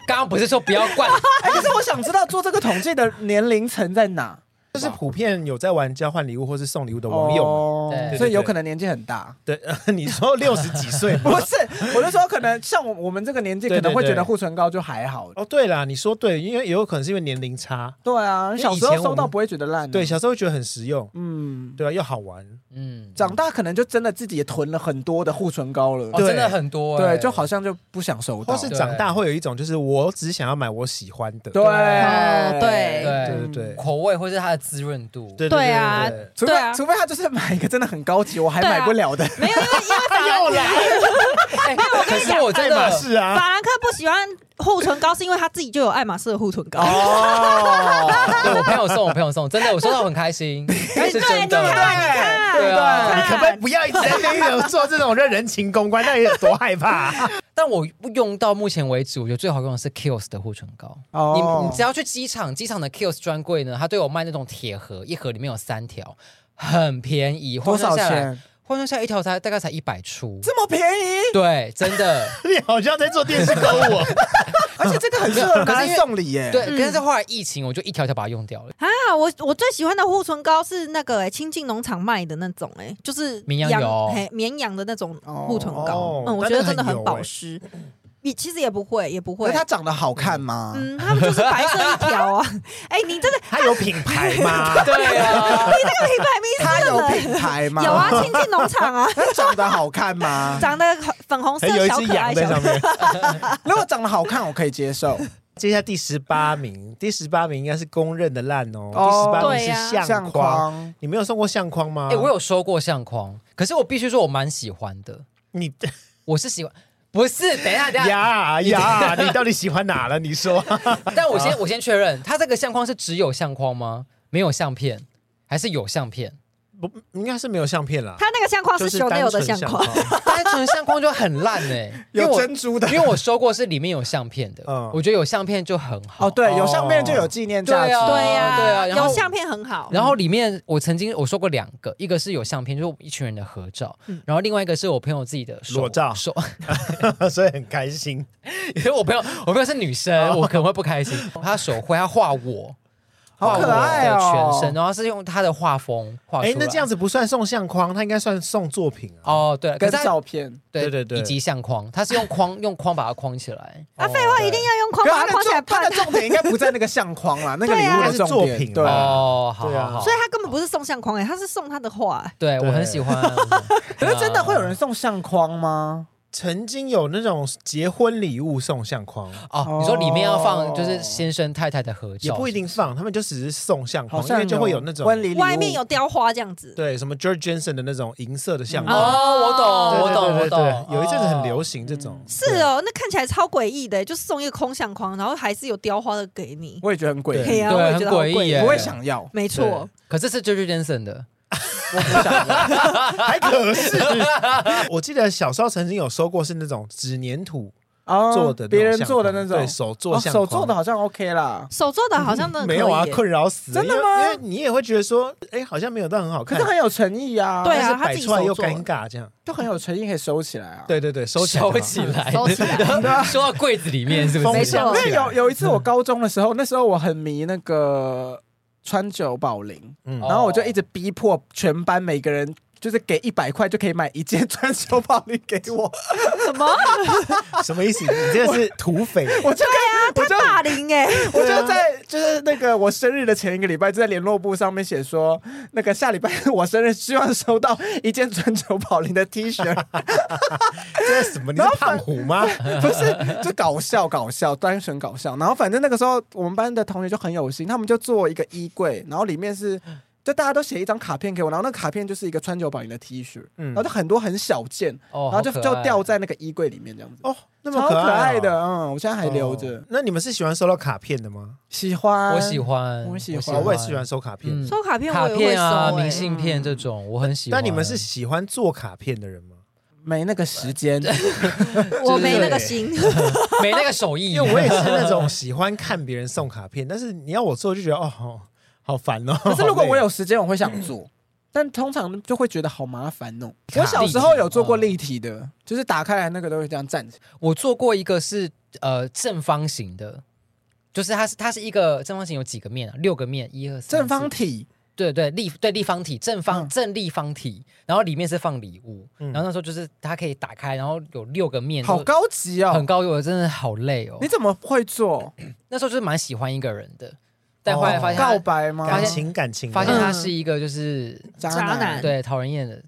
S3: 刚刚不是说不要灌，
S4: 哎，可是我想知道做这个统计的年龄层在哪？
S1: 就是普遍有在玩交换礼物或是送礼物的网友们，
S4: 哦
S3: 对对对
S4: 所以有可能年纪很大。
S1: 对， 你说六十几岁吗
S4: 不是，我就说可能像我我们这个年纪，
S1: 对对
S4: 可能会觉
S1: 对
S4: 得护唇膏就还好。
S1: 哦，对啦，你说对，因为也有可能是因为年龄差，
S4: 对啊，
S1: 为
S4: 小
S1: 以
S4: 时候
S1: 前我
S4: 收到
S1: 们
S4: 不会觉得烂啊。
S1: 对，小时候会觉得很实用，
S4: 嗯，
S1: 嗯对啊，又好玩，
S3: 嗯，
S4: 长大可能就真的自己也囤了很多的护唇膏了
S3: 哦。真的很多欸，
S4: 对，就好像就不想收到
S1: 或。是长大会有一种就是我只想要买我喜欢的，
S4: 对哎
S2: 哦对
S1: 对对
S4: 嗯
S1: 对
S3: 口味或是它的滋润度，
S1: 对
S2: 对啊
S1: 对
S4: 除非、
S2: 对啊
S4: 除非他就是买一个真的很高级，我还
S2: 对啊
S4: 买不了的。
S2: 没有，因为因为法兰
S3: 哎，可是我真
S1: 爱马
S3: 的
S1: 仕啊，
S2: 法兰克不喜欢护唇膏，是因为他自己就有爱马仕的护唇膏。
S4: 哦，
S3: 对我朋友送，我朋友送，真的我收到很开心，但是真
S2: 你
S3: 的，
S2: 看，你看，
S3: 对啊
S1: 你可不可以不要一直在那边做这种认人情公关？那你有多害怕、
S3: 但我用到目前为止，我觉得最好用的是 Kills 的护唇膏。
S4: 哦
S3: 你你只要去机场，机场的 Kills 专柜呢，它都有卖那种铁盒，一盒里面有三条，很便宜，
S4: 多
S3: 换算
S4: 少
S3: 下来？
S4: 钱？
S3: 换算下来一条才大概才一百出。
S4: 这么便宜，
S3: 对，真的，
S1: 你好像在做电视购物 哦、
S4: 而且这个很适合拿来送礼耶。
S3: 对。
S2: 嗯
S3: 可是后来疫情，我就一条一条把它用掉了。
S2: 啊，我我最喜欢的护唇膏是那个哎、亲近农场卖的那种哎、就是
S3: 绵羊油
S2: 嘿绵羊的那种护唇膏，
S1: 哦
S2: 嗯，我觉得
S1: 但
S2: 真
S1: 那
S2: 的
S1: 很
S2: 很
S1: 油
S2: 保
S1: 欸
S2: 湿。你其实也不会，也不
S4: 可
S2: 会
S4: 是，它长得好看
S1: 啊
S4: 吗？
S2: 嗯，他们就是白色一条 啊。哎、你这个
S1: 它有品牌吗？
S3: 对啊，
S2: 品牌
S4: 它 有
S2: 名字
S4: 品牌吗？
S2: 有啊，，亲近农 场啊，
S4: 它长得好看 吗？
S2: 长得粉红色
S1: 还有一
S2: 小
S1: 只
S2: 可
S1: 羊
S2: 爱
S1: 在
S2: 小
S1: 上面。
S4: 如果长得好看，我可以接 受。
S1: 接下来第十八名，第十八名应该是公认的烂哦。
S4: 哦
S1: 第
S2: 对
S1: 十八
S2: 呀
S1: 名是
S4: 相
S1: 相
S4: 框，
S1: 你没有送过相框吗？
S3: 哎、我有收过相框，可是我必须说，我蛮喜欢的。
S1: 你
S3: 我是喜欢，不是？等一下，等一下，
S1: 呀呀，啊你到底喜欢哪了？你说
S3: 但我先我先确认，它这个相框是只有相框吗？没有相片，还是有相片？
S1: 不 应该是没有相片啦，
S2: 它那个相框
S1: 就是是
S2: Chanel
S1: 单
S2: 的
S1: 纯
S2: 相
S1: 相
S2: 框，
S3: 单纯相框就很烂哎、因为
S4: 有
S3: 我
S4: 珍珠的。
S3: 因为我收过是里面有相片的，
S1: 嗯
S3: 我觉得有相片就很好。
S4: 哦，对，有
S1: 哦
S4: 相片就有纪念
S3: 对
S4: 价值。
S3: 啊，
S2: 对呀、
S3: 对啊，然
S2: 有
S3: 后
S2: 相片很好。
S3: 然后里面我曾经我收过两个，一个是有相片，就是一群人的合照，
S2: 嗯
S3: 然后另外一个是我朋友自己的手
S1: 裸照
S3: 手，
S1: 所以很开心。
S3: 因为我朋友我朋友是女生，我可能会不开心。她手绘，她画我，画
S4: 好
S3: 我
S4: 可爱
S3: 的
S4: 哦
S3: 全身，然后是用她的画风画出来。
S1: 哎，那这样子不算送相框，它应该算送作品啊。
S3: 哦，对，可
S4: 跟
S3: 是她
S4: 照片，
S3: 对
S1: 对对对
S3: 以及相框，她是用框用框把它框起来。
S2: 啊，废
S1: 哦
S2: 话，一定要用框把它框起来，不
S4: 它
S2: 然
S4: 的重点应该不在那个相 框啦，那个
S2: 对
S4: 礼
S2: 啊
S4: 物的重
S1: 它是作品
S4: 点。对
S1: 吧
S4: 啊，
S3: 哦，好
S1: 对啊
S3: 好好，
S2: 所以他根本不是送相框哎、他是送他的画、哎
S3: 对我
S1: 对
S3: 很喜欢。
S4: 可是真的会有人送相框吗？
S1: 曾经有那种结婚礼物送相框，啊
S3: 哦，你说里面要放
S4: 哦
S3: 就是先生太太的合照，
S1: 也不一定放，他们就只是送相框，
S4: 好
S1: 因
S4: 像
S1: 为就会有那种
S4: 婚礼礼物
S2: 外面有雕花这样子。
S1: 对什么 George Jensen 的那种银色的相
S3: 哦，
S1: 框。
S3: 我懂，我
S1: 对
S3: 懂，我
S1: 对对对
S3: 懂。
S1: 对有一阵子很流
S3: 行，
S1: 行这种。
S2: 是哦，那看起来超诡异的、欸就是送一个空相框，然后还是有雕花的给你。
S4: 我也觉得很诡
S2: 对
S4: 异，
S2: 啊，我
S3: 对，
S2: 也觉
S3: 很
S2: 得好
S3: 诡
S2: 诡
S3: 异
S2: 异。
S3: 耶。
S4: 不会想要。
S2: 没错，
S3: 可这是 JoJo Jensen 的，
S4: 我不想要
S1: 还可是， 我记得小时候曾经有收过是那种纸粘土
S4: 哦
S1: 做的那种相框，
S4: 别人做的那种
S1: 对，手做
S4: 哦
S1: 相
S4: 手
S1: 框、
S4: 做的好像 OK 啦。
S2: 手做的好像真的
S1: 没有啊，
S2: 可以耶欸
S1: 困扰死了，
S4: 真的吗
S1: 因为因为你也会觉得说，哎，好像没有到很好
S4: 可
S1: 看
S4: 是，很有诚意啊，
S2: 对
S1: 但
S2: 啊
S1: 是
S2: 他
S1: 哎摆
S2: 自己
S1: 出来
S2: 手
S1: 又
S2: 做
S1: 尴尬，这样。
S4: 就很有诚意，可以收起来啊。，
S1: 对对对，收起来就好，
S3: 收起来，
S2: 收起来
S3: 然后收到柜子里面，是不
S1: 封
S3: 是？
S2: 没错
S4: 因为有有一次我高中的时候，那时候我很迷那个川久保玲，
S1: 嗯
S3: 哦
S4: 然后我就一直逼迫全班每个人。就是给一百块就可以买一件川久保玲给我，
S2: 什么？
S1: 什么意思？你这个是土匪，
S4: 我就跟我就
S2: 他霸凌哎、
S4: 我就在就是那个我生日的前一个礼拜，就在联络簿上面写说，那个下礼拜 我生日，希望收到一件川久保玲的 T 恤，
S1: 这是什么？你是胖虎吗？
S4: 不是，就搞笑搞笑，单纯搞笑。然后反正那个时候我们班的同学就很有心，他们就做一个衣柜，然后里面是就大家都写一张卡片给我，然后那个卡片就是一个川久保玲的 T 恤，
S1: 嗯
S4: 然后就很多很小件，
S3: 哦，
S4: 然后就
S3: 好可
S4: 就
S3: 爱
S4: 掉在那个衣柜里面这样子，
S1: 哦，那么
S4: 超可爱
S1: 爱
S4: 的，
S1: 哦，
S4: 嗯，我现在还留着
S1: 哦，那你们是喜欢收到卡片的吗？
S4: 喜欢，
S3: 我喜欢，
S4: 我喜欢
S1: 哦我也是喜欢收卡片，
S3: 啊嗯
S2: 收卡片
S3: 卡
S2: 我也会
S3: 片
S2: 收、
S3: 啊、
S2: 欸，
S3: 明信片这种，我很喜
S1: 嗯
S3: 欢。
S1: 但你们是喜欢做卡片的人 吗？
S4: 没那个时间，
S2: 嗯我没那个心。
S3: 没那个手 艺，
S1: 因为我也是那种喜欢看别人送卡片，但是你要我做就觉得哦，好好烦哦。
S4: 可是如果我
S1: 好累哦
S4: 有时间，我会想做，但通常就会觉得好麻烦哦。
S3: 卡
S4: 我小时候有做过立体的，就是打开来那个都会这样站起来，
S3: 我做过一个是呃正方形的，就是它是它是一个正方形有几个面啊？六个面，一二三。
S4: 正方
S3: 四
S4: 体，
S3: 对对立对立方体正方、
S4: 嗯
S3: 正立方体，然后里面是放礼物，
S1: 嗯
S3: 然后那时候就是它可以打开，然后有六个面，
S4: 好高级
S3: 很
S4: 哦。
S3: 高，我真的好累哦
S4: 你。怎么哦会做？
S3: 那时候就是蛮喜欢一个人的，但后来发现他、
S4: 告白吗？
S1: 感情感情的，啊
S3: 发现他
S2: 嗯
S3: 是一个就是、
S4: 渣
S2: 渣男
S3: 对讨人厌的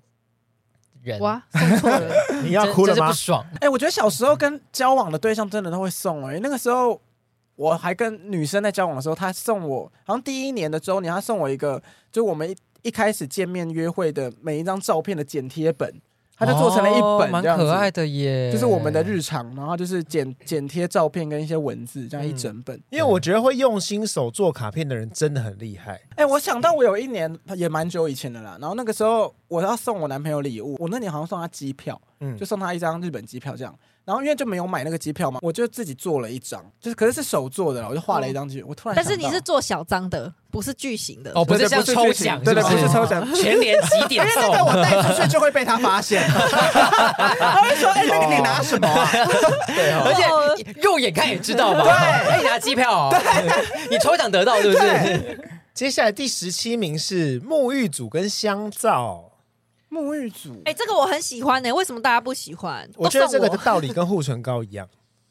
S3: 人，
S2: 哇，送错 了，
S1: 你
S3: 真
S1: 要哭了
S3: 真是
S1: 吗
S3: 不？爽，
S4: 哎、我觉得小时候跟交往的对象真的都会送哎、那个时候我还跟女生在交往的时候，她送我好像第一年的周年，她送我一个，就我们一一开始见面约会的每一张照片的剪贴本，她就做成了一
S3: 哦
S4: 本
S3: 蛮
S4: 这样子，
S3: 可爱的欸耶，
S4: 就是我们的日常，然后就是剪剪贴照片跟一些文字，这样一整本。
S1: 因为我觉得会用新手做卡片的人真的很厉害。
S4: 哎、我想到我有一年也蛮久以前的啦，然后那个时候我要送我男朋友礼物，我那年好像送他机票，
S1: 嗯
S4: 就，送他一张日本机票这样。然后因为就没有买那个机票嘛，我就自己做了一张，就是可是是手做的啦，我就画了一张去。我突然
S2: 哦但
S4: 想到，
S2: 是你是做小张的，不是巨型的。
S3: 哦，不
S4: 对
S3: 是
S4: 对
S3: 像
S4: 不是
S3: 抽
S4: 剧情
S3: 奖，
S4: 对对
S3: 不是
S4: 不是抽奖，
S3: 全年几点
S4: 因为那
S3: 送？
S4: 个我带出去就会被他发现， 他会说：“哎、那个你拿什么、啊？”对、
S3: 而
S2: 哦
S3: 且肉眼看也知道 吧？对，你拿机票、哦， 你抽奖得到是不是？
S1: 接下来第十七名是沐浴组跟香
S3: 哦
S1: 皂，
S4: 沐浴组，
S2: 哎、这个我很喜欢呢、为什么大家不喜欢？
S1: 我觉得
S2: 都
S1: 这
S2: 送
S1: 个的道理跟护唇膏 一样，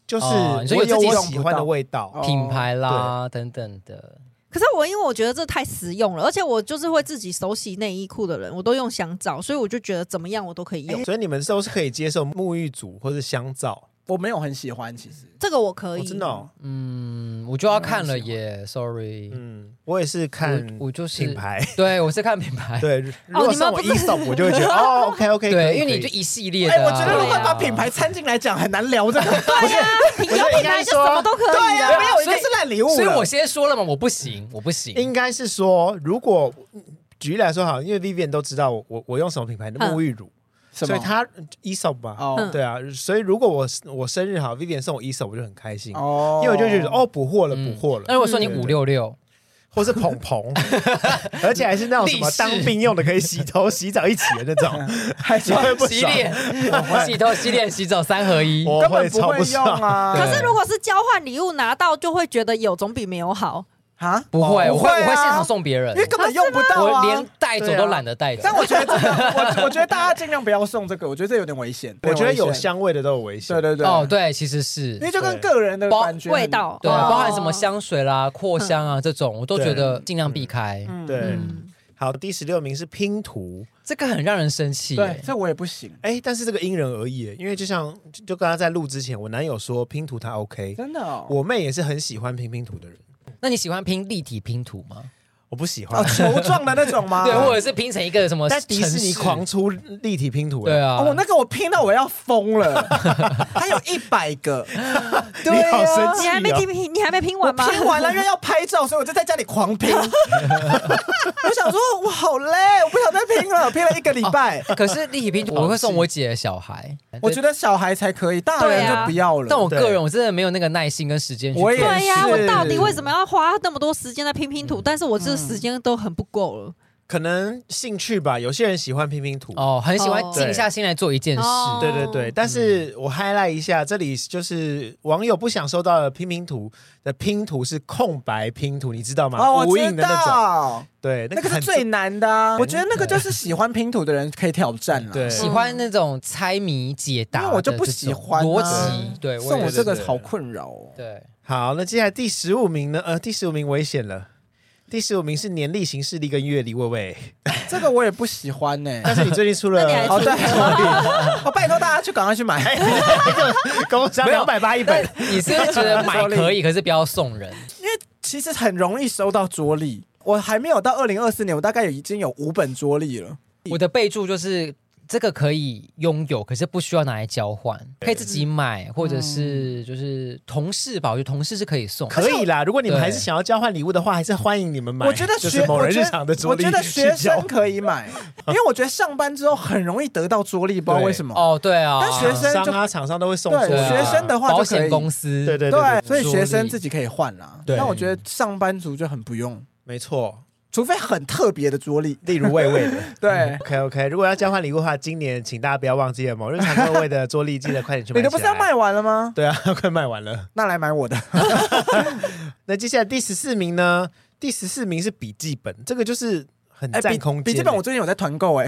S1: 就是
S3: 哦你说
S1: 我
S3: 有
S1: 有
S3: 自己
S1: 我
S4: 用
S1: 喜
S4: 不
S1: 欢的
S4: 到
S1: 味道。
S4: 哦
S3: 品牌啦等等的，
S2: 可是我因为我觉得这太实用了，而且我就是会自己手洗内衣裤的人，我都用香皂，所以我就觉得怎么样我都可以
S3: 哦
S2: 用。
S1: 所以你们都是可以接受沐浴组或是香皂，
S4: 我没有很喜欢，其实。
S2: 这个我
S3: 哎
S2: 可以，
S1: 哦真的哦。
S3: 嗯，我就要看了耶，sorry，
S1: 嗯，我也是看
S3: 我我就是哦
S1: 品牌，
S3: 对我是看品牌，
S1: 对，如果
S2: 你们
S1: 送我
S2: 不是
S1: e s o p 我就会觉 得哦，OK OK，
S3: 对，因为你就一系列
S4: 哎、
S3: 的啊，
S4: 我觉得如
S2: 对
S4: 果
S2: 啊
S4: 把品牌掺进来讲，很难聊 这个。
S2: 对啊，你有品牌就什么都可以
S1: 哎
S4: 对呀、
S2: 啊。
S4: 没有，一
S3: 所以
S4: 定是烂礼物了。
S3: 所以我先说了嘛，我不行，我不行，
S1: 应该是说，如果举例来说好，因为 Vivian 都知道我我我用什么品牌的沐浴乳，
S4: 什
S1: 所
S4: 么
S1: 以他 e s o p 吧，
S2: 嗯
S4: 哦
S1: 对啊，所以如果我我生日好，Vivian 送我 e s o p 我就很开心，
S4: 哦哎
S1: 因为我就觉得哦，捕获了，
S3: 嗯
S1: 捕获
S3: 那
S1: 了，
S3: 如果说你五六六，
S1: 或是捧 捧，而且还是那种什么
S3: 立式
S1: 当兵用的，可以洗头、洗澡一起的那 种，
S4: 还
S1: 你会不
S3: 洗
S1: 爽？
S3: 脸、洗头、洗脸、洗澡三合一，
S1: 我
S4: 根本不
S1: 超
S4: 会
S1: 不
S4: 用
S1: 爽。
S4: 啊。
S3: 对
S2: 可是如果是交换礼物拿到，就会觉得有总比没有好。
S4: 啊，
S3: 不会，我会我会
S4: 啊
S3: 现场，送别人
S4: 因为，根本用不到
S3: 我
S4: 啊。
S3: 连带走都懒得带走
S4: 但。我觉得这个，我我觉得大家尽量不要送这个，我觉得这有点危险。
S1: 我觉得有
S4: 危险，
S1: 香味的都有危险
S4: 对。对对，
S3: 哦，对，其实是
S4: 因为就跟个人的
S3: 包
S4: 感觉
S2: 味道
S3: 对，
S2: 哦
S3: 包含什么香水啦、扩香啊这种，我都觉得尽量避开。
S4: 很，
S1: 对
S4: 嗯
S2: 嗯，
S1: 好，第十六名是拼图，
S3: 这个很让人生气耶。
S4: 对，这我也不行，
S1: 哎，但是这个因人而异耶，因为就像就就跟他在录之前，我男友说拼图他 OK，
S4: 真的哦。
S1: 我妹也是很喜欢拼拼图的人，
S3: 那你喜欢拼立体拼图吗？
S1: 我不喜
S4: 哦
S1: 欢，，
S4: 球状的那种吗？
S3: 对，或者是拼成一个什么？
S1: 但迪士尼狂。出立体拼图，
S3: 哦对
S1: 啊，
S3: 啊，
S4: 哦，那个我拼到我要疯了，还有一百个，对
S1: 你好
S4: 呀
S1: 生气
S2: 你还没
S1: 哦
S2: 拼拼，你还没拼
S4: 我
S2: 完吗？
S4: 拼完了，因为要拍照，所以我就在家里狂拼。我想说，我好累，我不想再拼了，拼了一个礼拜。
S3: 可是立体拼 图我会送我姐的小孩，
S4: 我觉
S3: 得。
S4: 得小孩才可以，大
S2: 对
S4: 人
S2: 啊
S4: 就不要了。
S3: 但我
S1: 对
S3: 个人我真的没有那个耐心跟时间去
S4: 我也
S3: 做
S2: 对呀、我
S4: 是
S2: 到底为什么要花那么多时间在拼拼图？但是我这时间都很不够了。
S1: 可能兴趣吧，有些人喜欢拼拼图，
S3: 哦，很喜欢
S2: 哦
S3: 静下心来做一件事。
S2: 哦
S1: 对对对，但是我 highlight 一下，这里就是网友不想收到的拼拼图的拼图是空白拼图，你知道吗？
S4: 哦，我
S1: 无
S4: 知
S1: 印的那种，
S4: 道，
S1: 对，那
S4: 那个是
S1: 很
S4: 最难的啊。
S1: 对
S4: 我觉得那个就是喜欢拼图的人可以挑战了。
S1: 对
S3: 喜欢那种猜谜解答的
S4: 因
S3: 这
S4: 为
S3: 种，
S4: 我就不喜欢啊
S3: 逻辑。对，我
S4: 送
S3: 也
S4: 我
S3: 是
S4: 这个好困扰哦。
S3: 对，
S1: 好。那接下来第十五名呢？呃，第十五名危险了。第十五名是年历、行事历跟阅历，喂喂。
S4: 这个我也不喜欢呢。
S1: 但是你最近出
S2: 那你还
S1: 了
S4: 哦，对，
S2: 是
S4: 我拜托大家去赶快去买。
S1: 工商
S3: 没有
S1: 两百八一本，
S3: 你是不是觉得买可以，可是不要送人。
S4: 其实很容易收到桌历，我还没有到二零二四年，我大概已经有五本桌历了。
S3: 我的备注就是这个可以拥有，可是不需要拿来交换，可以自己买，或者是就是同事吧，我觉得同事是可以送。
S1: 可以啦，如果你们
S3: 对
S1: 还是想要交换礼物的话，还是欢迎你们买。
S4: 我觉得
S1: 就
S4: 学
S1: 是，某
S4: 我
S1: 人
S4: 觉
S1: 日
S4: 得
S1: 常的桌
S4: 我
S1: 历
S4: 觉得学
S1: 去交
S4: 生可 以买，因为我觉得上班之后很容易得到桌历，不知道为什么。
S3: 哦，对啊，
S4: 但学生
S1: 厂商啊，厂商都会送
S4: 对
S1: 桌
S3: 对
S1: 历啊
S3: 啊
S4: 学生的话就可
S3: 保
S4: 以
S3: 险公司
S1: 对对对
S4: 对，，所以学
S3: 桌
S4: 生
S3: 历
S4: 自己可以换啦。
S1: 对
S4: 但我觉得上班族就很不用，
S1: 没错。
S4: 除非很特别的桌历。
S1: 例如魏魏的
S4: 对，
S1: ，OK OK。如果要交换礼物的话，今年请大家不要忘记了某日常各位的桌历，记得快点去买。
S4: 你的不是要？卖完了吗？
S1: 对啊，快卖完了。
S4: 那来买我 的。
S1: 那接下来第十四名呢？第十四名是笔记本，这个就是很
S3: 哎
S4: 笔
S1: 占空间、
S4: 哎笔记本我最近有在团购 哎，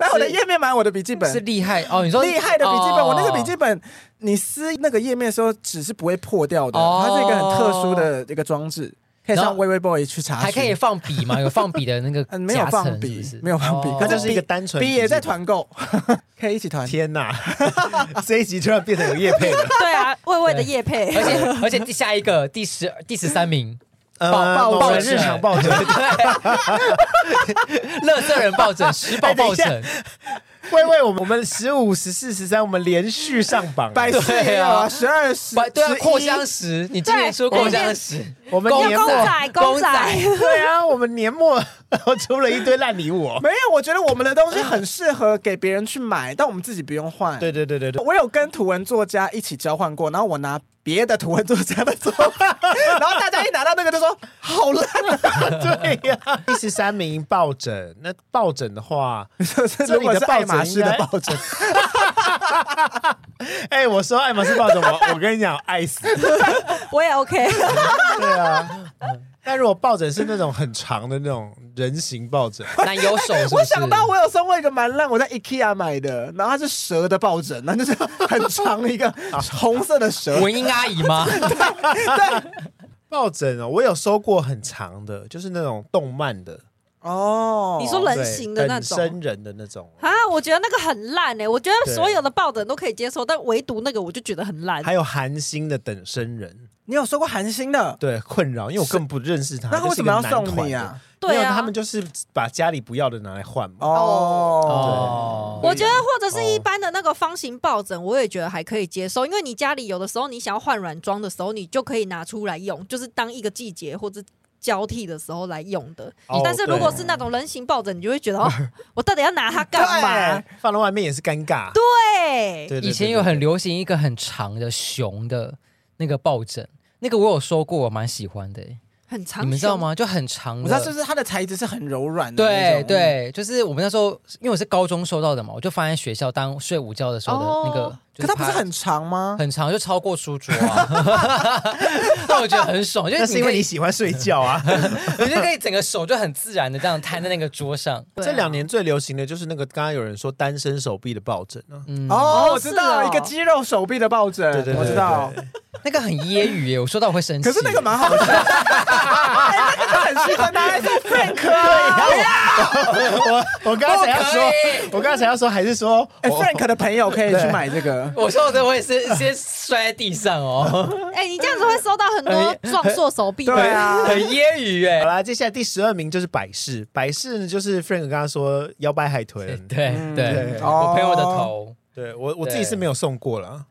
S4: 来我的页面买我的笔记本
S3: 是。厉害哦。你说
S4: 厉害的笔记本，
S3: 哦
S4: 我那个笔记本，你撕那个页面的时候纸是不会破掉的，
S3: 哦
S4: 它是一个很特殊的一个装置，可以
S3: 然
S4: 上
S3: 后
S4: 微微 boy 去查询。
S3: 还可以放笔吗？有放笔的那个
S4: 嗯， 没有
S3: 夹
S4: 放
S3: 层是
S4: 笔
S3: 不是
S4: 没有放笔
S3: 哦
S1: 它
S4: 可
S1: 就是一个单纯
S4: 笔
S1: 笔记
S4: 也在
S1: 本
S4: 团购， 可以一起团。
S1: 天哪， 这一集突然变成有叶配了。
S2: 对啊，魏魏的叶配，
S3: 而且而且第下一个第十第十三名，
S1: 呃，
S3: 抱
S1: 某
S3: 抱
S1: 人
S3: 枕
S1: 日常抱枕，
S3: 乐色人抱枕，十宝抱
S1: 哎等
S3: 枕，
S1: 喂喂，我们我们十五、十四、十三，我们连续上榜，
S4: 百事也有
S3: 对
S4: 啊，
S3: 啊
S4: 十二十
S3: 不对啊，
S4: 11
S3: 扩香石，你今年说
S2: 对
S3: 扩香石，
S1: 我们
S3: 公
S1: 年
S2: 要公
S1: 末，
S2: 仔
S3: 公
S2: 公
S3: 仔
S2: 仔，
S1: 对啊，我们年末出了一堆烂礼物哦。
S4: 没有，我觉得我们的东西很适合给别人去买，但我们自己不用换。
S1: 对对对对对，
S4: 我有跟图文作家一起交换过，然后我拿别的图文作家的作品， 然后大家一拿到那个就说好烂，
S1: 对呀、第十三名抱枕，那抱枕的话，
S4: 这如果是爱马仕的抱枕，
S1: 哎、我说爱马仕抱枕， 我我跟你讲，爱死。
S2: 我也 OK。
S1: 对啊，但如果抱枕是那种很长的那种人形抱枕，
S3: 奶油手是不是，
S4: 我想到我有送过一个蛮烂，我在 IKEA 买的，然后它是蛇的抱枕，那就是很长一 个
S1: 啊
S4: 红色的蛇，
S3: 文英阿姨 吗？
S1: 抱枕哦，我有收过很长的，就是那种动漫的，
S4: 哦
S2: 你说人形的
S1: 对
S2: 那
S1: 很
S2: 种
S1: 真人的那种。
S2: 啊，我觉得那个很烂哎、我觉得
S1: 对
S2: 所有的抱枕都可以接受，但唯独那个我就觉得很烂。
S1: 还有韩星的等身人，
S4: 你有收过韩星的，
S1: 对困扰，因为我根本不认识他。
S4: 那为什么要送你啊？？
S1: 没
S2: 对
S1: 有，
S2: 啊，
S1: 他们就是把家里不要的拿来换嘛。
S4: 哦，
S3: 哦，
S2: 我觉得或者是一般的那个方形抱枕，我也觉得还可以接受，因为你家里有的时候你想要换软装的时候，你就可以拿出来用，就是当一个季节或者交替的时候来用的。
S1: 哦
S2: 但是如果是那种人形抱枕，你就会觉得哦，我到底要拿它干 嘛？
S1: 对放到外面也是尴尬。
S2: 对，
S1: 对，对
S3: 以前
S1: 对
S3: 有
S1: 对
S3: 很流行一个很长的熊的那个抱枕，那个我有收过，我蛮喜欢的、欸
S2: 很长，
S3: 你们知道？吗？就很长
S4: 我
S3: 的，
S4: 知道，就是它的材质是很柔软的那
S3: 对
S4: 种，
S3: 对，就是我们那时候，因为我是高中收到的嘛，我就放在学校当睡午觉的时候的那个，
S2: 哦
S3: 就
S4: 可它不是
S3: 趴
S4: 很长吗？
S3: 很长，就超过书桌 啊， 那我觉得很爽，就是
S1: 那是因为你
S3: 你
S1: 喜欢睡觉 啊。
S3: 可以你就可以整个手就很自然的这样摊在那个桌上，
S2: 对 啊
S1: 这两年最流行的就是那个，刚刚有人说单身手臂的抱枕啊，
S3: 嗯，
S4: 哦，
S2: 哦
S4: 我知道
S2: 是
S4: 了
S2: 哦
S4: 一个肌肉手臂的抱枕，
S1: 对对对
S4: 我知道。
S3: 那个很揶揄耶，我收到我会生气，
S4: 可是那个蛮好的，哎那个很适合拿来做 Frank 啊。
S1: 我我刚才要说，
S3: 哎
S1: 我刚才要说还是说
S4: 哎
S1: 我
S4: Frank 的朋友可以去买这个。
S3: 我收到的我也是 先摔在地上 哦，
S2: 哎、你这样子会收到很多壮硕手臂。
S4: 对啊，
S3: 很揶揄
S1: 好
S3: 哎，
S1: 啦，接下来第十二名就是百事，百事呢就是 Frank 刚刚说摇摆海豚，
S3: 对
S4: 嗯
S3: 对，
S1: 对
S4: 哦
S3: 我朋友的头。
S1: 对我我自己是没有送过了，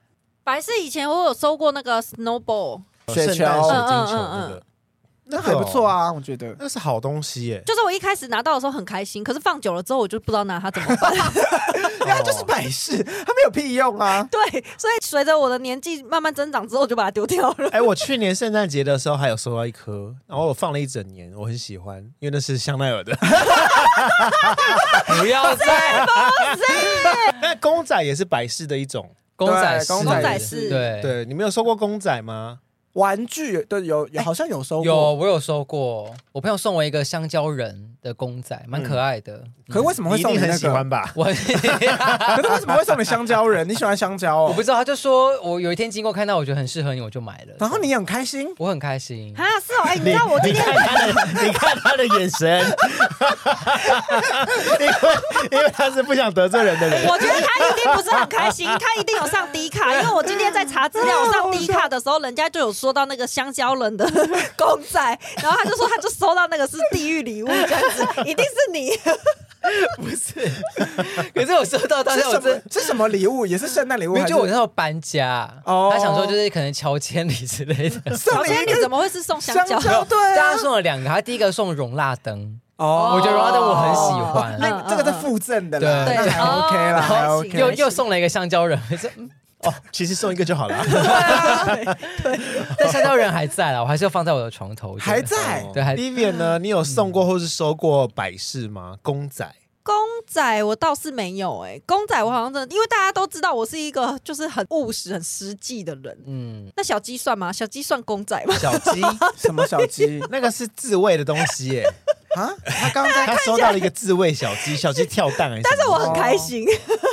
S2: 白是以前我有收过那个 snowball，
S4: 雪球
S1: 圣诞水晶球
S2: 嗯
S1: 那
S2: 嗯嗯
S1: 个
S2: 嗯，
S4: 那还不错啊，我觉得
S1: 那个哦，那是好东西 耶，
S2: 就是我一开始拿到的时候很开心，可是放久了之后我就不知道拿它怎么办。
S4: 因为它就是百事，它没有屁用啊。
S2: 对，所以随着我的年纪慢慢增长之后，我就把它丢掉了。
S1: 哎，我去年圣诞节的时候还有收到一颗，然后我放了一整年，我很喜欢，因为那是香奈儿 的
S3: 不要 再
S1: 公仔，也是百事的一种。
S3: 公仔式
S4: 对公
S2: 仔式
S3: 对
S1: 对，你们有收过公仔吗？
S4: 玩具对有有好像有收
S3: 有
S4: 过，
S3: 我有收过，我朋友送我一个香蕉人的公仔，蛮可爱的。嗯
S4: 可是为什么会
S1: 你一
S4: 送
S1: 定
S4: 那
S1: 很喜
S4: 个？
S1: 欢吧？
S3: 我
S4: 可是为什么会送你香蕉人？你喜欢香蕉
S3: 我
S4: 哦
S3: 不？知道，他就说我有一天经过看到，我觉得很适合你，我就买了。
S4: 然后你很开心，
S3: 我很开心，
S2: 啊，是哦，哎、你知道我今
S1: 你
S2: 天
S1: 看他的，你看他的眼神，因为他是不想得罪人的人。
S2: 我觉得他一定不是很开心， 他一定有上低卡，因为我今天在查资料，我上低卡的时候，人家就有说到那个香蕉人的 公仔，然后他就说他就收到那个是地狱礼物这样子，一定是 你，
S3: 不是，可是我收到当
S4: 是
S3: 下我
S4: 什
S3: 真
S4: 么。是什么礼物？也是圣诞礼物
S3: 没有，
S4: 还是？
S3: 就我那时候搬家，
S4: 哦
S3: 他想说就是可能乔千里之类的，
S4: 送
S2: 小
S4: 你
S2: 仙
S4: 一
S2: 女
S4: 个
S2: 怎么会是送香蕉？
S4: 蕉，对
S3: 大
S4: 啊
S3: 家，送了两个，他第一个送容纳灯，
S4: 哦
S3: 我觉得荣耀灯我很喜欢
S4: 哦那
S2: 嗯
S4: 这个是附赠的啦，
S3: 对
S4: 那还
S2: 哦
S4: OK 啦，还
S2: 还
S4: OK。
S2: 行
S3: 又又送了一个香蕉人， 这
S1: 哦其实送一个就 好了。
S3: 但香蕉人还在了，我还是要放在我的床头。我觉得
S4: 还在
S3: 对，还
S1: 哦 Vivian 呢？你有送过或是收过摆饰吗？公仔？
S2: 公仔我倒是没有哎、公仔我好像真的，因为大家都知道我是一个就是很务实、很实际的人。
S3: 嗯，
S2: 那小鸡算吗？小鸡算公仔吗？
S3: 小鸡，
S4: 什么小 鸡
S1: 那个是自慰的东西 耶。
S4: 啊？他刚刚在，
S1: 他收到了一个自慰小鸡，小鸡跳蛋还是什么？
S2: 但是我很开心，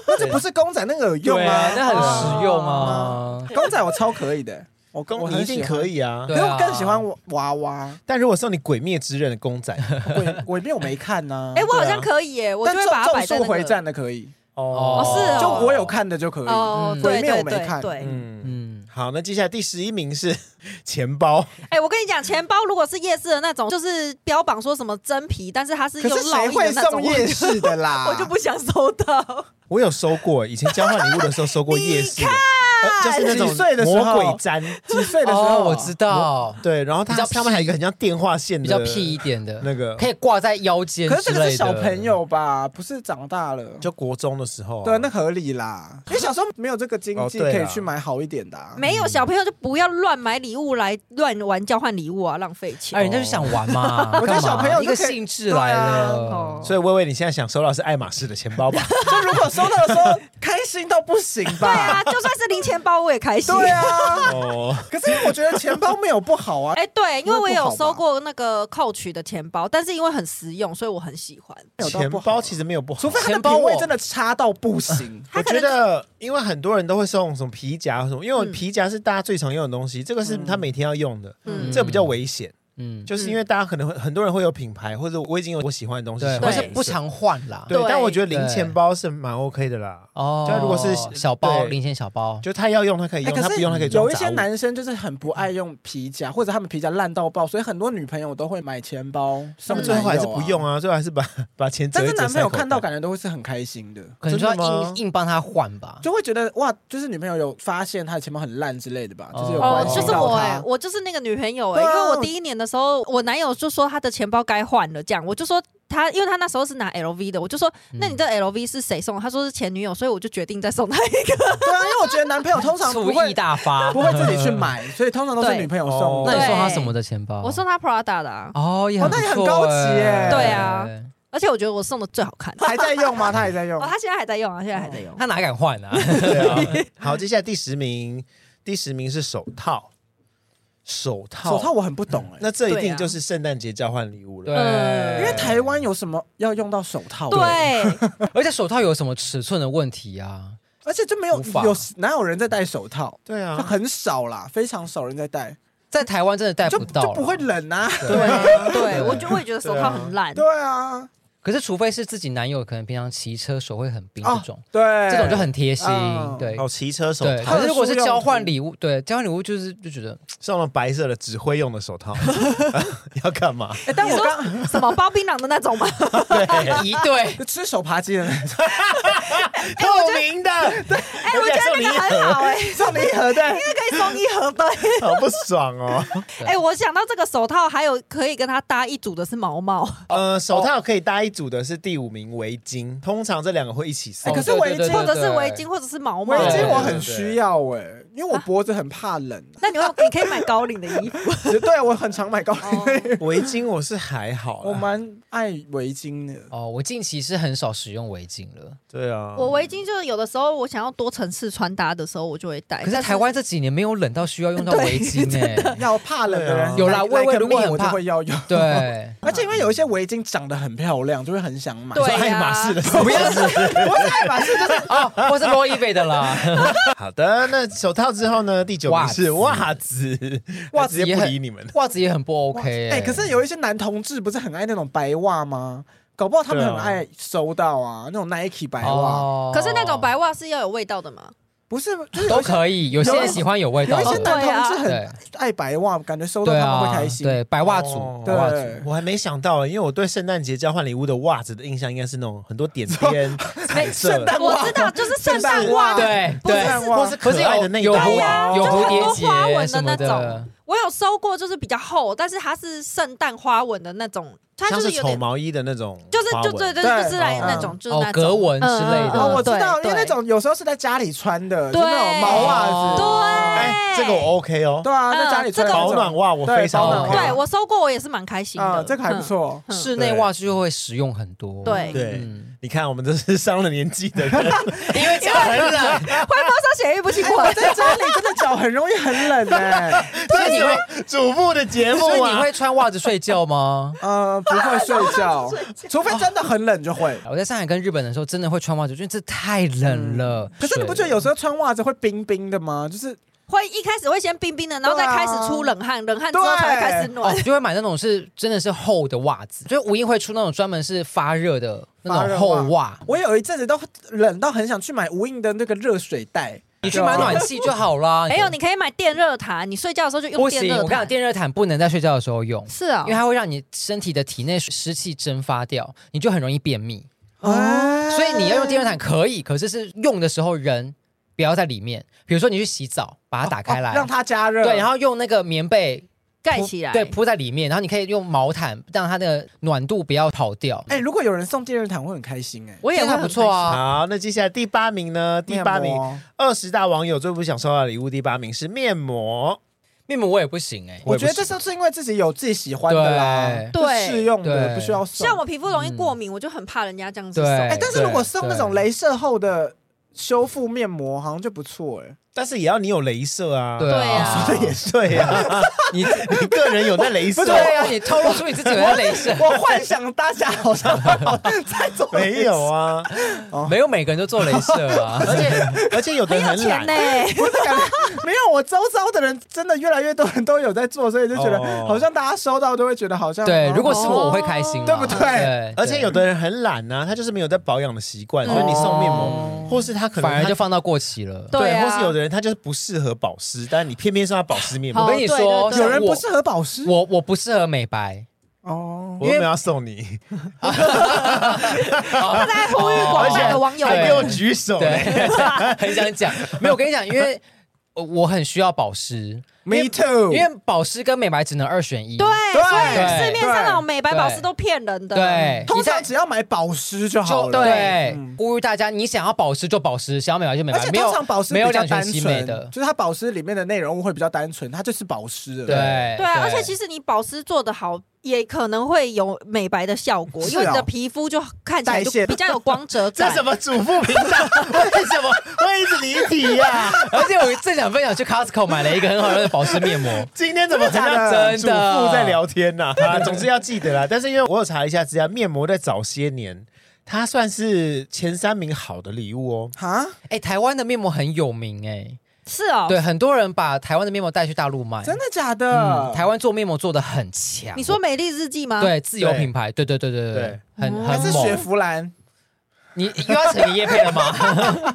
S4: 那这不是公仔，那个有用
S3: 对啊，那
S4: 啊。
S3: 很实用啊。
S4: 公仔我超可以的，我
S1: 公
S4: 我
S1: 你一定可
S4: 以。
S1: 以啊
S3: 对。
S4: 因为我更喜欢娃娃，
S1: 但如果送你《鬼灭之刃》的公 仔，
S4: 鬼鬼面我没看呢。
S2: 哎、我好像可以耶、我就
S4: 啊但
S2: 会把它摆在
S4: 咒
S2: 那
S4: 术回
S2: 个。
S4: 战的可以，
S1: 哦
S2: 哦是哦
S4: 就我有看的就可以。
S2: 哦
S3: 嗯，
S2: 对
S4: 鬼灭
S2: 对
S4: 我没
S2: 对
S4: 看
S2: 对，
S1: 嗯。
S3: 嗯，
S1: 好，那接下来第十一名是钱包，
S2: 哎、我跟你讲，钱包如果是夜市的那种，就是标榜说什么真皮，但是它是
S4: 可
S2: 有
S4: 是
S2: 老
S4: 谁
S2: 印的
S4: 会
S2: 那种，
S4: 送夜
S2: 我
S4: 市啊的啦？
S2: 我就不想收到。
S1: 我有收过，以前交换礼物的时候收 过夜市的，呃就是那
S4: 几岁的
S1: 种
S4: 时候
S1: 魔鬼毡，
S4: 几岁的时
S3: 哦，
S4: 候
S3: 我知道，
S1: 对，然后它
S3: 比较
S1: 上面还有一个很像电话线的，
S3: 比较屁一点的，
S1: 那个
S3: 可以挂在腰间
S4: 可是
S3: 之类
S4: 这
S3: 的。
S4: 个是小朋友吧，不是长大了。
S1: 就国中的时候啊，
S4: 对，那合 理啦。因为小时候没有这个经济，
S1: 哦对
S4: 可
S1: 啦
S4: 以去买好一点的、啊。
S2: 没有小朋友就不要乱买礼物来乱玩交换礼物啊，浪费钱。
S3: 哎，人家就想玩嘛，
S4: 我觉得
S3: 干嘛
S4: 小朋友就
S3: 一个
S4: 可以啊
S3: 兴致来了
S2: 哦，
S1: 所以薇薇，你现在想收到的是爱马仕的钱 包吧？
S4: 就如果收到的时候开心到不行
S2: 对啊
S4: 吧？，
S2: 就算是零钱包我也开心。
S4: 对啊，
S1: 哦，
S4: 可是我觉得钱包没有不好啊。
S2: 哎、对，因为我
S4: 那不
S2: 有
S4: 好吧
S2: 收过那个 Coach 的钱包，但是因为很实用，所以我很喜欢。
S4: 没有到
S1: 钱
S4: 不好啊
S1: 包其实没有不好，。
S4: 除非它的
S3: 钱包
S4: 品味
S3: 我
S4: 真的差到不行
S1: 我觉得，因为很多人都会送什么皮夹或什么，因为我皮夹是大家最常用的东西，这个是他每天要用的，
S2: 嗯
S1: 这个比较危险，
S3: 嗯，
S1: 就是因为大家可能会很多人会有品牌，或者我已经有我喜欢的东西，
S3: 对，
S1: 喜欢
S3: 或
S1: 的
S3: 是
S1: 颜色
S3: 不常换啦。
S1: 对
S2: 对，
S1: 但我觉得零钱包是蛮 OK 的啦，
S3: 哦，
S1: 就如果是
S3: 小包
S1: 对
S3: 零钱小包，
S1: 就他要用他可以
S4: 哎
S1: 用，
S4: 可
S1: 他
S4: 是
S1: 不用他可以装
S4: 有一
S1: 杂
S4: 些
S1: 物
S4: 男生就是很不爱用皮夹，或者他们皮夹烂到爆，所以很多女朋友都会买钱包
S1: 他
S4: 送
S1: 们
S4: 男友啊。
S1: 最后还是不用啊，最后还是把 把钱折
S4: 但
S1: 一折
S4: 是男朋友看到
S1: 塞口袋
S4: 感觉都会是很开心的，
S3: 可能就
S1: 真的吗
S3: 要硬硬帮他换吧。
S4: 就会觉得哇，就是女朋友有发现他的钱包很烂之类的吧，就是有
S3: 哦
S2: 哦就
S4: 关，系
S2: 是
S4: 到
S2: 我
S4: 他。
S2: 哎、我就是那个女朋友哎、
S4: 对啊
S2: 因为我第一年的时候，我男友就说他的钱包该换了，这样我就说他，因为他那时候是拿 LV 的，我就说
S3: 嗯
S4: 嗯
S2: 那你这 LV 是谁送的？他说是前女友，所以我就决定再送他一个。
S4: 对啊，因为我觉得男朋友通常 不
S3: 厨
S4: 会
S3: 艺大发，
S4: 不会自己去
S3: 嗯
S4: 买，所以通常都是
S2: 对
S4: 女朋友送。
S1: 哦
S3: 那你
S2: 对
S3: 送他什么的钱包？
S2: 我送他 Prada 的、啊，
S3: 哦，也
S4: 哦
S3: 很
S4: 那也很
S3: 不错哎
S4: 高级耶
S2: 对啊，而且我觉得我送的最好看。
S4: 还在用吗？他还在用哦
S2: 哦，。他现在还在用啊，现在还在用。
S3: 他哪敢换 啊？
S1: 对啊。好，接下来第十名，第十名是手套，手套，
S4: 手套，我很不懂哎，
S1: 那这一
S2: 对
S1: 定
S2: 啊
S1: 就是圣诞节交换礼物了。
S2: 嗯
S3: 对，
S4: 因为台湾有什么要用到手套？，
S2: 对，
S3: 而且手套有什么尺寸的问题啊？
S4: 而且就没有
S3: 无法
S4: 有哪有人在戴手套，
S1: 对
S4: 就
S1: 啊，
S4: 很少啦，非常少人在戴，
S3: 在台湾真的戴
S4: 就
S3: 不到
S4: 就
S3: 啦，
S4: 不会冷啊。
S1: 对啊，
S2: 对我就我也觉得手套很烂。
S4: 对啊，
S3: 可是除非是自己男友，可能平常骑车手会很冰这
S4: 哦
S3: 种，
S4: 对，
S3: 这种就很贴心
S4: 嗯，
S3: 对
S1: 好，哦骑车手
S3: 对。
S1: 套
S3: 可是如果是
S4: 特殊用
S3: 交
S4: 途
S3: 换礼物，对交换礼物就是就觉得
S1: 送了白色的指挥用的手套， 要干嘛？
S4: 哎，但
S2: 你
S4: 我
S2: 说
S4: 刚
S2: 什么包槟榔的那种吗？
S3: 一对
S4: 就吃手扒鸡的那种，
S1: 透明的，哎
S2: 哎，我觉得那个很好 哎，
S4: 送你一盒对，
S2: 那可以送一盒对。
S1: 好不爽哦。
S3: 对
S2: 哎、我想到这个手套，还有可以跟它搭一组的是毛毛，
S1: 呃，手套可以搭一组的是第五名围巾，通常这两个会一起送
S4: 哎。可是
S3: 哦对
S4: 围巾
S3: 对对对
S2: 或者是
S3: 对
S2: 围巾，或者是毛毛
S4: 围。巾
S1: 对
S4: 我很需要哎，因为我脖子很怕冷，啊
S2: 那你 会，你可以买高领的衣 服。
S4: 对啊我很常买高
S2: 哦
S4: 领内衣，
S1: 围巾我是还好啦，
S4: 我蛮爱围巾的。
S3: 哦，我近期是很少使用围巾了。
S1: 对啊，
S2: 我围巾就是有的时候我想要多层次穿搭的时候，我就会戴。
S3: 可是
S2: 哎但
S3: 台湾这几年没有冷到需要用到
S2: 对
S3: 围巾 哎，
S4: 要怕冷的
S1: 对啊
S4: 人
S3: 有啦
S4: 来
S3: 魏魏
S4: 来个
S3: 如果
S4: 命
S3: 很
S4: 我就
S3: 怕
S4: 会 要用。，
S3: 对
S4: 而且因为有一些围巾长得很漂亮，就会啊很想买。
S2: 对
S1: 说
S2: 呀
S1: 爱马仕的手
S4: 不要是，不是爱马仕，就是
S3: 哦，或是罗伊贝的啦，
S1: 好的，那手套之后呢？第九名是袜
S3: 袜
S1: 子，
S3: 袜
S1: 直
S3: 子
S1: 接
S3: 也
S1: 不
S3: 很
S1: 理你们。
S4: 哎
S3: 袜子也很不 OK 欸
S4: 哎、可是有一些男同志不是很爱那种白袜吗？搞不好他们很
S1: 对啊
S4: 爱收到啊，那种 Nike 白袜，
S3: 哦
S2: 可是那种白袜是要有味道的嘛？
S4: 不是就是
S3: 都
S4: 有些
S3: 可以，有些人喜欢有味
S4: 有
S3: 道
S4: 一些
S2: 对
S3: 的，
S2: 啊
S4: 男同志
S3: 对
S4: 很爱白袜，感觉收到
S3: 对
S4: 他们
S3: 啊
S4: 会开，心。
S3: 对白袜族
S1: 哦，
S3: 白袜族。
S4: 对
S1: 我还没想到欸，因为我对圣诞节交换礼物的袜子的印象应该是那种很多点边、彩色
S4: 圣，诞
S2: 我知道，就是圣诞袜，
S3: 对
S1: 不是
S3: 对，
S4: 圣诞袜
S1: 或是可
S3: 可是
S1: 爱的那
S3: 有
S1: 一
S3: 有
S1: 种
S3: 蝴
S2: 对呀
S3: 有蝴蝶
S2: 就是很多花纹的
S3: 结什么
S2: 那种我有收过，就是比较厚，但是它是圣诞花纹的那种，它
S1: 像
S2: 就是
S1: 是
S2: 有
S1: 丑
S2: 点，
S1: 毛衣的那种
S2: 就是
S1: 花纹，
S2: 就对对，
S4: 对
S2: 就是来那种，就是那
S3: 哦
S2: 种
S3: 格纹之类的
S2: 嗯嗯嗯
S4: 哦，我知道，因
S2: 对
S4: 为那
S2: 对
S4: 种有时候是在家里穿的，就
S2: 对
S4: 那种毛
S3: 哦
S4: 袜子，
S2: 对
S1: 哎，这个我 OK 哦，
S4: 对啊，
S2: 嗯
S4: 在家里
S2: 这
S4: 穿
S2: 个
S4: 那种
S1: 保暖袜我
S4: 对
S1: 非常
S4: 保暖
S1: OK 哦
S3: 袜
S2: 对我收过，我也是蛮开心
S4: 啊，
S2: 的，
S4: 这个还 不
S2: 嗯。
S4: 错。
S2: 嗯
S3: 室内袜就会实用很多，
S2: 对
S1: 对
S3: 嗯
S1: 你看，我们这是上了年纪的人，
S3: 因为家很
S2: 会
S3: 冷，
S2: 发生血液不循环
S4: 哎我，哦在家里真的脚很容易很冷哎，
S3: 所以你会，
S1: 主妇的节目
S3: 所以你
S1: 啊，
S3: 会穿袜子睡觉吗？
S4: 呃，不会睡 觉，除非真的很冷就会。
S3: 我在上海跟日本的时候，真的会穿袜子，因为这太冷了。
S4: 嗯可是你不觉得有时候穿袜子会冰冰的吗？就是
S2: 会一开始会先冰冰的，然后再开始出冷汗，冷汗之后
S4: 对
S2: 才会开始
S3: 哦
S2: 暖，。
S3: 就会买那种是真的是厚的袜子，就是无印会出那种专门是发热的那
S4: 发热
S3: 种
S4: 袜
S3: 厚袜。
S4: 我有一阵子都冷到很想去买无印的那个热水袋，
S3: 你去
S4: 啊
S3: 买暖气就好 啦。
S2: 没有，你可以买电热毯，你睡觉的时候就用
S3: 不
S2: 电
S3: 行，
S2: 热
S3: 我跟你讲，
S2: 毯。
S3: 电热毯不能在睡觉的时候用，
S2: 是啊
S3: 因为，它会让你身体的体内湿气蒸发掉，你就很容易便秘。
S4: 哎
S3: 哦所以你要用电热毯可以，可是是用的时候人不要在里面。比如说你去洗澡，把它打开来，
S4: 哦让它加热，
S3: 对，然后用那个棉被
S2: 盖
S3: 铺
S2: 起来。
S3: 对，铺在里面，然后你可以用毛毯让它的暖度不要跑掉。
S4: 哎，如果有人送电热毯，我会很开心哎。
S2: 我也
S3: 这
S2: 会
S3: 样
S2: 很
S3: 还不错
S2: 开心。
S3: 啊。
S1: 好，那接下来第八名呢？第八名
S4: 面，膜
S1: 二十大网友最不想收到的礼物，第八名是面膜。
S3: 面膜我也不行哎、
S4: 我觉得这是是因为自己有自己喜欢的啦，
S2: 对
S4: 就适用
S3: 对
S4: 的，不需要送。
S2: 像我皮肤容易过敏，我就很怕人家这样子
S3: 对
S4: 哎，
S2: 送。
S4: 但是如果送那种
S3: 对
S4: 镭射后的修复面膜，好像就不错哎。，
S1: 但是也要你有镭射啊，
S3: 对
S2: 啊
S1: 说的也对啊，
S3: 你
S1: 你个人有那镭射，
S3: 对啊，你透露出你自己有在镭射
S4: 我幻想大家好像 在做
S1: 没有啊，
S3: 没有每个人都做镭射啊。
S1: 而且而且有的
S2: 很有
S1: 很
S2: 钱
S1: 懒
S2: 呢、，
S4: 不是感觉没有，我周遭的人真的越来越多人都有在做，所以就觉得
S1: 哦
S4: 好像大家收到都会觉得好像
S3: 对，
S4: 哦
S3: 如果是我，我会开心啦，啊
S4: 对不对
S1: 而且有的人很懒啊，他就是没有在保养的习惯，所以你送面
S4: 哦
S1: 膜，或是他可能
S3: 反而
S1: 他
S3: 就放到过期了。
S2: 对
S1: 对，
S2: 啊
S1: 或是有的人他就是不适合保湿，但你偏偏送他保湿面
S3: 我
S2: 好
S1: 膜，
S3: 跟你说
S2: 哦，对对对
S4: 有人不
S3: 我
S4: 适合保湿
S3: 我我不适合美白，
S4: 哦
S1: 我又没有要送你，
S2: 他在呼吁广大的网友
S1: 还
S3: 对
S1: 给我
S2: 们，
S1: 举手
S3: 对
S1: 嘞，，
S3: 很想讲。没有，我跟你讲，因为呃我很需要保湿，
S4: ，Me too，
S3: 因为保湿跟美白只能二选一。
S2: 对，啊
S4: 对
S2: 所以市面上那种美白
S3: 对
S2: 保湿都骗人的。
S3: 对，
S4: 通
S3: 你在
S4: 常只要买保湿就好
S3: 就
S4: 了，
S3: 对
S4: 嗯，
S3: 呼吁大家，你想要保湿就保湿，想要美白就美
S4: 而
S3: 白，
S4: 且
S3: 没
S4: 通
S3: 有
S4: 常保湿
S3: 没有
S4: 比较
S3: 两全
S4: 单
S3: 其美的
S4: 纯，。就是它保湿里面的内容物会比较单纯，它就是保湿了。
S3: 对
S2: 对啊，而且其实你保湿做得好，也可能会有美白的效果，
S4: 是
S2: 因为你的
S4: 哦
S2: 皮肤就看起来就
S4: 代谢
S2: 比较有光泽
S1: 这
S2: 感
S1: 什。么主妇频道？为什么会一直离题啊呀？。
S3: 而且我正想分享，去 Costco 买了一个很好用的保湿面膜
S1: 今天怎么很像
S3: 真的
S1: 主妇在聊天呐、啊？总之要记得啦。但是因为我有查一下资料，面膜在早些年它算是前三名好的礼物哦。
S4: 哈，
S3: 哎、台湾的面膜很有名哎、
S2: 是哦，
S3: 对，很多人把台湾的面膜带去大陆卖。
S4: 真的假
S3: 嗯
S4: 的？
S3: 台湾做面膜做的很强。
S2: 你说美丽日记吗？，
S3: 对自有
S1: 对
S3: 品牌，对对对对对
S1: 对，
S3: 很
S2: 哦
S4: 还
S3: 很
S4: 是雪
S3: 猛。
S4: 佛兰？
S3: 你又要成你叶配了吗？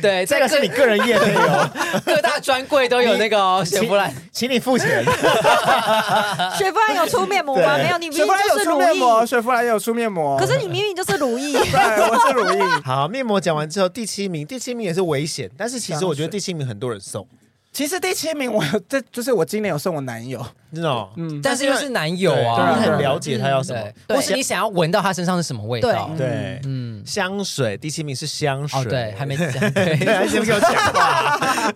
S3: 对，
S1: 这个是你
S3: 哎在
S1: 个人业配哦，
S3: 各各大专柜都有那个哦雪佛兰。
S1: 请你付钱。
S2: 雪佛兰有出面膜吗？
S1: 对
S2: 没有，你
S4: 雪
S2: 明明
S4: 佛兰
S2: 就
S4: 有
S2: 是
S4: 出
S2: 如
S4: 面膜，
S2: 意，
S4: 雪佛兰有出面膜。
S2: 可是你明明就是如意。
S4: 对，我是乳液。
S1: 好，面膜讲完之后，第七名，第七名也是危险，但是其实我觉得第七名很多人送，
S4: 其实第七名我有，这就是我今年有送我男友，
S1: 你知道吗？
S4: 嗯，
S3: 但是又是男友
S4: 对
S3: 啊，
S1: 你很
S4: 对
S1: 了解他要什么
S3: 对，，或是你想要闻到他身上是什么味道
S2: 对？
S1: 对。
S3: 嗯，
S1: 香水第七名是香水，
S3: 哦，对，还没讲，
S1: 对，
S3: 对
S1: 还先给我讲话，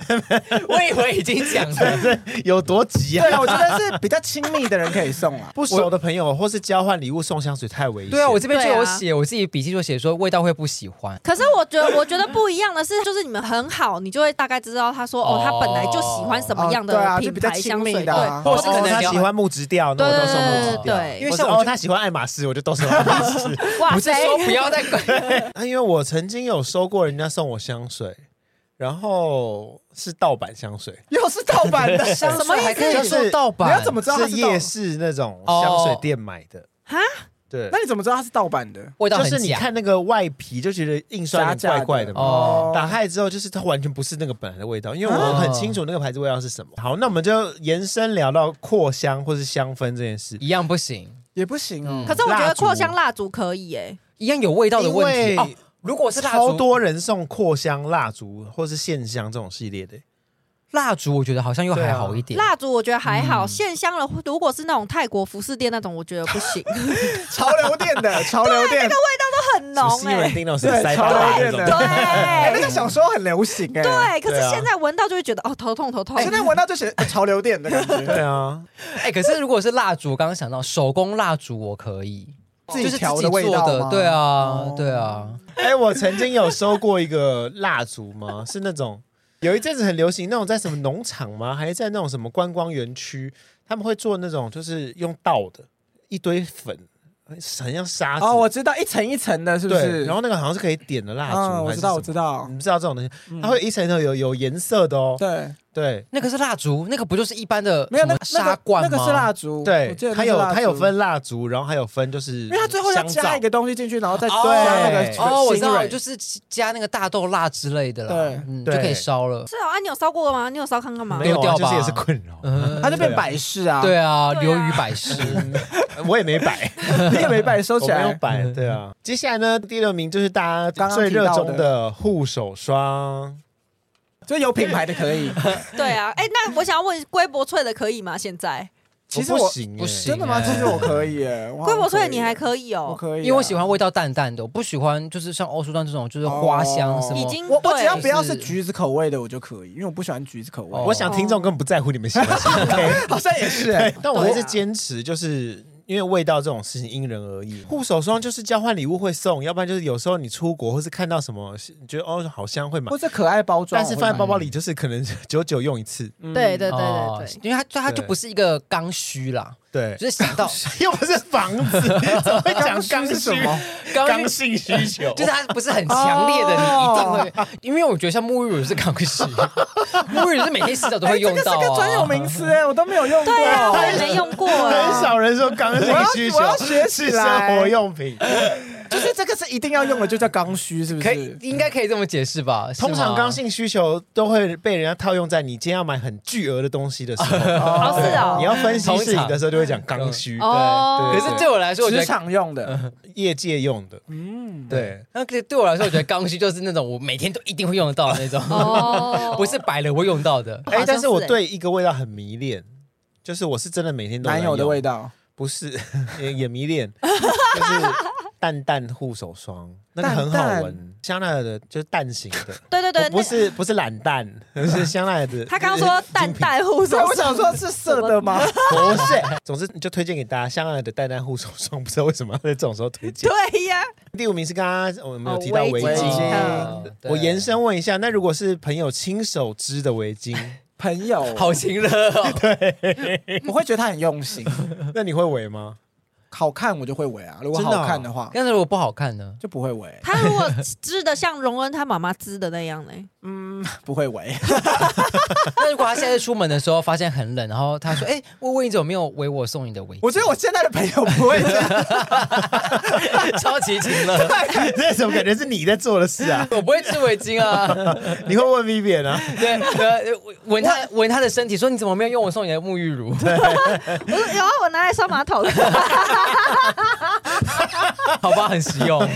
S3: 我以为已经讲了。
S1: 有多急啊。
S4: 对，？我觉得是比较亲密的人可以送啊
S1: 不熟的朋友或是交换礼物送香水太危险。
S3: 对啊，我这边就
S2: 对
S3: 有
S2: 啊
S3: 写，我自己笔记就写说味道会不喜欢。
S2: 可是我觉得，我觉得不一样的是，就是你们很好，你就会大概知道他说哦
S3: 哦，
S2: 他本来就喜欢什么样
S4: 哦对啊
S2: 的
S4: 就
S2: 品
S4: 比较
S2: 牌香
S4: 亲密
S2: 水，对，
S4: 的啊
S1: 或
S3: 或
S1: 是
S3: 是可
S1: 可能哦
S3: 能
S1: 他
S3: 你要
S1: 喜欢木质调，那我都送木质
S2: 对对
S1: 调。
S2: 对
S3: 因为
S1: 或是
S3: 像我
S1: 哦，
S3: 就
S1: 他喜欢爱马仕，我就都送爱马仕。
S2: 对，哇
S3: 不是
S2: 塞，
S3: 说不要再
S1: 啊，因为我曾经有收过人家送我香水，然后是盗版香水，
S4: 又是盗版 的，
S3: 香
S2: 什么
S3: 水
S2: 意思
S3: 还可以做盗版？
S4: 你要怎么知道它
S1: 是
S4: 是盗
S1: 夜市那种香水店买的
S2: 哦啊。
S1: 对
S4: 那，你怎么知道它是盗版的？
S3: 味道
S1: 就
S3: 很
S1: 是你
S3: 假。
S1: 看那个外皮就觉得印刷有点怪怪的嘛。
S3: 哦
S1: 打开之后，就是它完全不是那个本来的味道，因为我
S3: 啊
S1: 很清楚那个牌子味道是什么。好，那我们就延伸聊到扩香或是香氛这件事。
S3: 一样不行，
S4: 也不行哦
S3: 嗯。
S2: 可是我觉得
S1: 蜡烛
S2: 扩香蜡烛可以诶、
S3: 一样有味道的问题
S1: 因为
S3: 哦。如果是蜡
S1: 超
S3: 烛，
S1: 多人送扩香蜡烛或是线香这种系列的，
S3: 蜡烛我觉得好像又还好一点，
S2: 蜡烛我觉得还好，线香了，如果是那种泰国服饰店那种，我觉得不行，
S4: 潮流店的潮流店，
S2: 很
S1: 什
S2: 浓
S1: 么西
S2: 哎、
S1: 门町那种是塞
S4: 对超
S1: 巴
S4: 多
S1: 那
S4: 店
S1: 种
S4: 的，哎，那
S2: 对
S4: 个小时候很流行哎。
S2: 对，可
S1: 对
S2: 是
S1: 啊
S2: 现在闻到就会觉得哦头痛头痛。
S4: 现在闻到就觉得哎潮流店的感
S1: 对
S4: 觉，
S1: 啊，
S3: 哎、可是如果是蜡烛，我刚刚想到手工蜡烛，我可以，
S4: 自
S3: 就
S4: 己
S3: 是
S4: 调
S3: 自己
S4: 味
S3: 做
S4: 道
S3: 的
S4: 吗，
S3: 对啊，
S4: 哦
S3: 对啊，
S1: 哎、我曾经有收过一个蜡烛吗？是那种有一阵子很流行那种在什么农场吗？还是在那种什么观光园区，他们会做那种就是用倒的一堆粉，很像沙子。
S4: 哦，我知道一层一层的，是不
S1: 对，
S4: 是？
S1: 然后那个好像是可以点的蜡烛、
S4: 嗯，我
S1: 还是
S4: 知
S1: 什
S4: 道，
S1: 么
S4: 我知道
S1: 你，不知道这种东西，
S4: 嗯
S1: 它会一层一层有有颜色的哦。
S4: 对，
S1: 对
S3: 那个是蜡烛，那个不就是一般的
S4: 没有
S3: 什么
S4: 那那
S3: 纱
S4: 个
S3: 罐
S4: 那
S3: 吗？
S4: 个是蜡烛，我
S1: 对
S4: 记得，那
S1: 它
S4: 是
S1: 有
S4: 蜡烛
S1: 它有，分蜡烛，然后还有分就是
S4: 因为它最后要
S1: 香
S4: 加
S1: 皂
S4: 一个东西进去，然后再加
S3: 哦
S4: 那个
S1: 对
S3: 哦，我知道，就是是加那个大豆蜡之类的啦，
S4: 对
S3: 嗯，就
S1: 对
S3: 可以烧了。
S2: 是哦，啊，你有烧过吗？你有烧看看吗
S1: 没？有、
S3: 丢
S1: 啊，
S3: 掉
S1: 就
S3: 吧
S1: 是也是困扰。
S3: 嗯，
S4: 它就变摆饰啊，
S3: 对啊，
S2: 对啊
S3: 流于 摆饰，
S1: 嗯我也没 摆，
S4: 你也没摆收
S1: 我
S4: 起
S1: 没有
S4: 来，
S1: 摆。对啊，接下来呢，第六名就是大家
S4: 刚刚
S1: 最
S4: 提到
S1: 热
S4: 的
S1: 衷的护手霜。
S4: 就有品牌的可以。
S2: 对啊，哎、那我想要问龟柏翠的可以吗？现在
S4: 其实
S1: 我不
S4: 我
S1: 行欸，
S3: 不行
S4: 真的吗？
S3: 欸
S4: 其实我可以 耶，我好
S2: 龟
S4: 像
S2: 柏
S4: 可
S2: 翠
S4: 以
S2: 你还可以
S4: 我
S2: 哦，
S4: 可以啊，
S3: 因为我喜欢味道淡淡的，我不喜欢就是像欧舒丹这种就是花香
S4: 哦
S3: 什么。
S2: 已经
S4: 我我只
S2: 对
S4: 要不要
S3: 就是
S4: 是橘子口味的，我就可以，因为我不喜欢橘子口味。
S3: 哦
S1: 我想听众根本不在乎你们喜欢什么 OK，
S4: 好像也是哎，
S1: 但我
S2: 对
S1: 还
S2: 啊
S1: 是坚持，就是因为味道这种事情因人而异。护手霜就是交换礼物会送，要不然就是有时候你出国或是看到什么你觉得哦好香会买
S4: 或，者可爱包装，
S1: 但是
S4: 我会
S1: 放在
S4: 买
S1: 包包里就是可能久久用一次。
S4: 嗯
S2: 对对对
S3: 哦
S2: 对对，
S3: 因为它就它就
S1: 对
S3: 不是一个刚需啦，
S1: 对，
S3: 就是想到
S1: 又不是房子，怎么会讲刚
S4: 刚
S1: 需
S4: 是什么？
S1: 刚性需求？
S3: 就是它不是很强烈的，
S4: 哦
S3: 你一定会，因为我觉得像沐浴乳是刚需，沐浴乳是每天洗澡都会
S4: 哎，这
S3: 用
S4: 个是
S3: 到啊。
S4: 个专有名词哎，我都没有用过。
S2: 对啊，我也没用过、
S1: 很
S2: 啊。
S1: 少人说刚性需求
S4: 我要我要学起
S1: 是
S4: 来
S1: 生活用品，
S4: 就是这个是一定要用的，就叫刚需，是不哦
S3: 可以
S4: 是？
S3: 应该可以这么解释吧？是吗
S1: 通常刚性需求都会被人家套用在你今天要买很巨额的东西的时候，
S4: 哦
S2: 哦是哦
S1: 你要分析事情的时候就会讲刚需，
S2: 哦
S3: 可
S1: 对
S3: 是对我来说，我觉
S4: 职
S3: 得
S4: 场用的，
S1: 业界用的，
S4: 嗯，
S1: 对。
S3: 那个对我来说，我觉得刚需就是那种我每天都一定会用得到的那种，
S2: 哦
S3: 不是摆了会用到的。
S2: 好像
S1: 哎，但是我
S2: 是哎
S1: 对一个味道很迷恋，就是我是真的每天都
S4: 男友的味
S1: 道，
S4: 道，
S1: 不是也也迷恋，就是淡淡护手霜，那个很好
S4: 淡淡
S1: 闻，香奈儿的就是淡型的。
S2: 对 对对，
S1: 不不
S2: 那
S1: 是不是懒蛋， 是香奈儿的。
S2: 他刚刚说淡淡护手
S4: 所以我
S2: 霜
S4: 想，说，是色的吗？
S1: 不是，总之就推荐给大家香奈儿的淡淡护手霜，不知道为什么要在这种时候推荐。
S2: 对呀、
S1: 第五名是刚刚我们有
S2: 哦
S1: 提到围
S2: 围嗯
S4: 巾
S1: 巾，
S3: 哦对
S1: 我延伸问一下，那如果是朋友亲手织的围 巾，
S4: 朋友，
S3: 好情热哦，
S4: 我会觉得他很用心，
S1: 那你会围 吗？
S4: 好看我就会围啊。如果
S1: 真的哦
S4: 好看的话，
S3: 但是如果不好看呢？
S4: 就不 会围，
S2: 他如果织的像荣恩他妈妈织的那样呢？
S4: 不会围。
S3: 那如果他现在出门的时候发现很冷，然后他说：“哎、薇薇，你怎么没有为我送你的 围巾？”
S4: 我觉得我现在的朋友不会这样，
S3: 超级情了，
S1: 这怎么感觉是你在做的事啊？
S3: 我不会织围巾啊。
S1: 你会问 Vivian 啊？
S3: 对，呃，闻他闻他的身体，说：“你怎么没有用我送你的沐浴乳
S2: 我说有啊，我拿来刷马 桶。
S3: 好吧，很实用。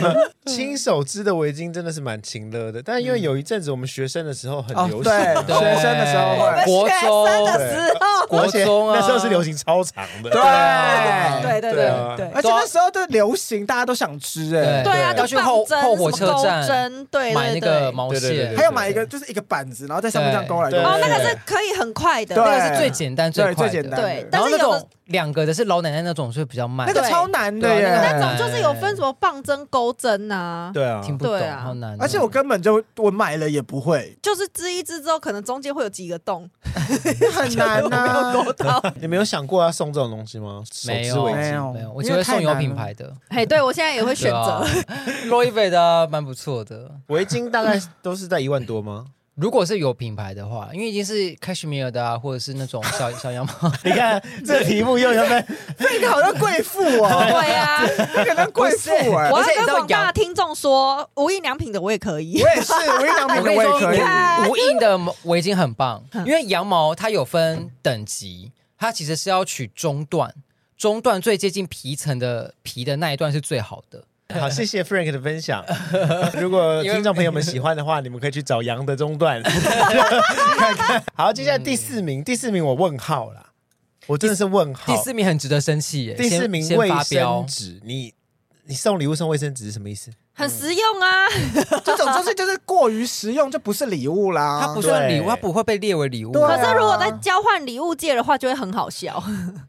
S1: 亲手织的围巾真的是蛮勤乐的，但因为有一阵子我们学生的时候很
S4: 哦
S1: 流行
S4: 对
S1: 啊，
S3: 对
S4: 学生的时候会
S2: 我们
S3: 国
S2: 学生的时候，
S3: 国
S1: 而且
S3: 中啊，
S1: 那时候是流行超长的，
S4: 对
S3: 啊
S2: 对对
S1: 对啊
S2: 对对。
S4: 而且那时候的流行，大家都想吃哎、
S2: 对啊，
S1: 对
S3: 要去后
S2: 就棒针
S3: 后火
S2: 什么
S3: 车站
S2: 钩针，对
S3: 买
S2: 对
S3: 那个
S2: 对。
S3: 毛
S1: 对对对
S3: 线
S1: 对，
S4: 还有买一个就是一个板子，然后在上面这样勾来勾去。
S1: 对
S2: 哦，那个
S1: 对
S2: 是可以很快的，
S4: 对
S3: 那个是最简单快的
S4: 对最简单
S2: 对
S4: 对。
S2: 但
S3: 然后
S2: 是
S3: 那
S2: 有的
S3: 种两个的是老奶奶那种，所以比较慢
S4: 那，个超难的
S3: 对啊
S4: 耶。
S2: 那种就是有分什么棒针、钩针呐，
S1: 对啊，
S3: 听不懂
S2: 对，啊
S3: 好难哦。
S4: 而且我根本就我买了也不会，
S2: 就是织一织之后，可能中间会有几个洞，
S4: 很难呐、
S2: 勾到。
S1: 你没有想过要送这种东西吗？手
S3: 没
S1: 织
S3: 有
S1: 围
S4: 没
S1: 巾，
S4: 有
S3: 没有，我
S4: 因
S3: 只
S4: 为
S3: 会
S4: 太
S3: 送有
S4: 难
S3: 品
S4: 了
S3: 牌的
S2: 嘿，对我现在也会选择，
S3: l o e v e 啊的啊蛮不错的。
S1: 围巾大概都是在一万多吗？
S3: 如果是有品牌的话，因为已经是 cashmere 的啊，或者是那种小小羊毛，
S1: 你看这题目又要分，
S4: 这个好像贵妇 哦，
S2: 对啊，
S4: 这个像贵妇哎，
S2: 我要
S4: 我
S3: 而且你
S2: 跟
S3: 知道
S2: 广大
S3: 羊
S2: 的听众说，无印良品的我也可以。
S4: 也是，我跟你
S3: 我
S4: 讲，每
S3: 跟
S4: 个
S3: 你
S4: 我也
S3: 说
S4: 可以。
S2: 看
S3: 无无印的围巾很棒，因为羊毛它有分等级，它其实是要取中段，中段最接近皮层的皮的那一段是最好的。
S1: 好，谢谢 Frank 的分享。如果听众朋友们喜欢的话，你们可以去找羊的中 段 看看。好，接下来第四名，第四名我问号啦，我真的是问号
S3: 第。四名很值得生气耶，
S1: 第四
S3: 先
S1: 名
S3: 先
S1: 卫
S3: 发飙
S1: 生。纸，你你送礼物送卫生纸是什么意思？
S2: 很实用啊！
S4: 这种就是就是过于实用，就不是礼物
S1: 啊
S4: 啦。
S3: 它不算礼物，
S1: 对
S3: 它不会被列为礼物。
S4: 对啊
S2: 可是如果在交换礼物界的话，就会很好笑。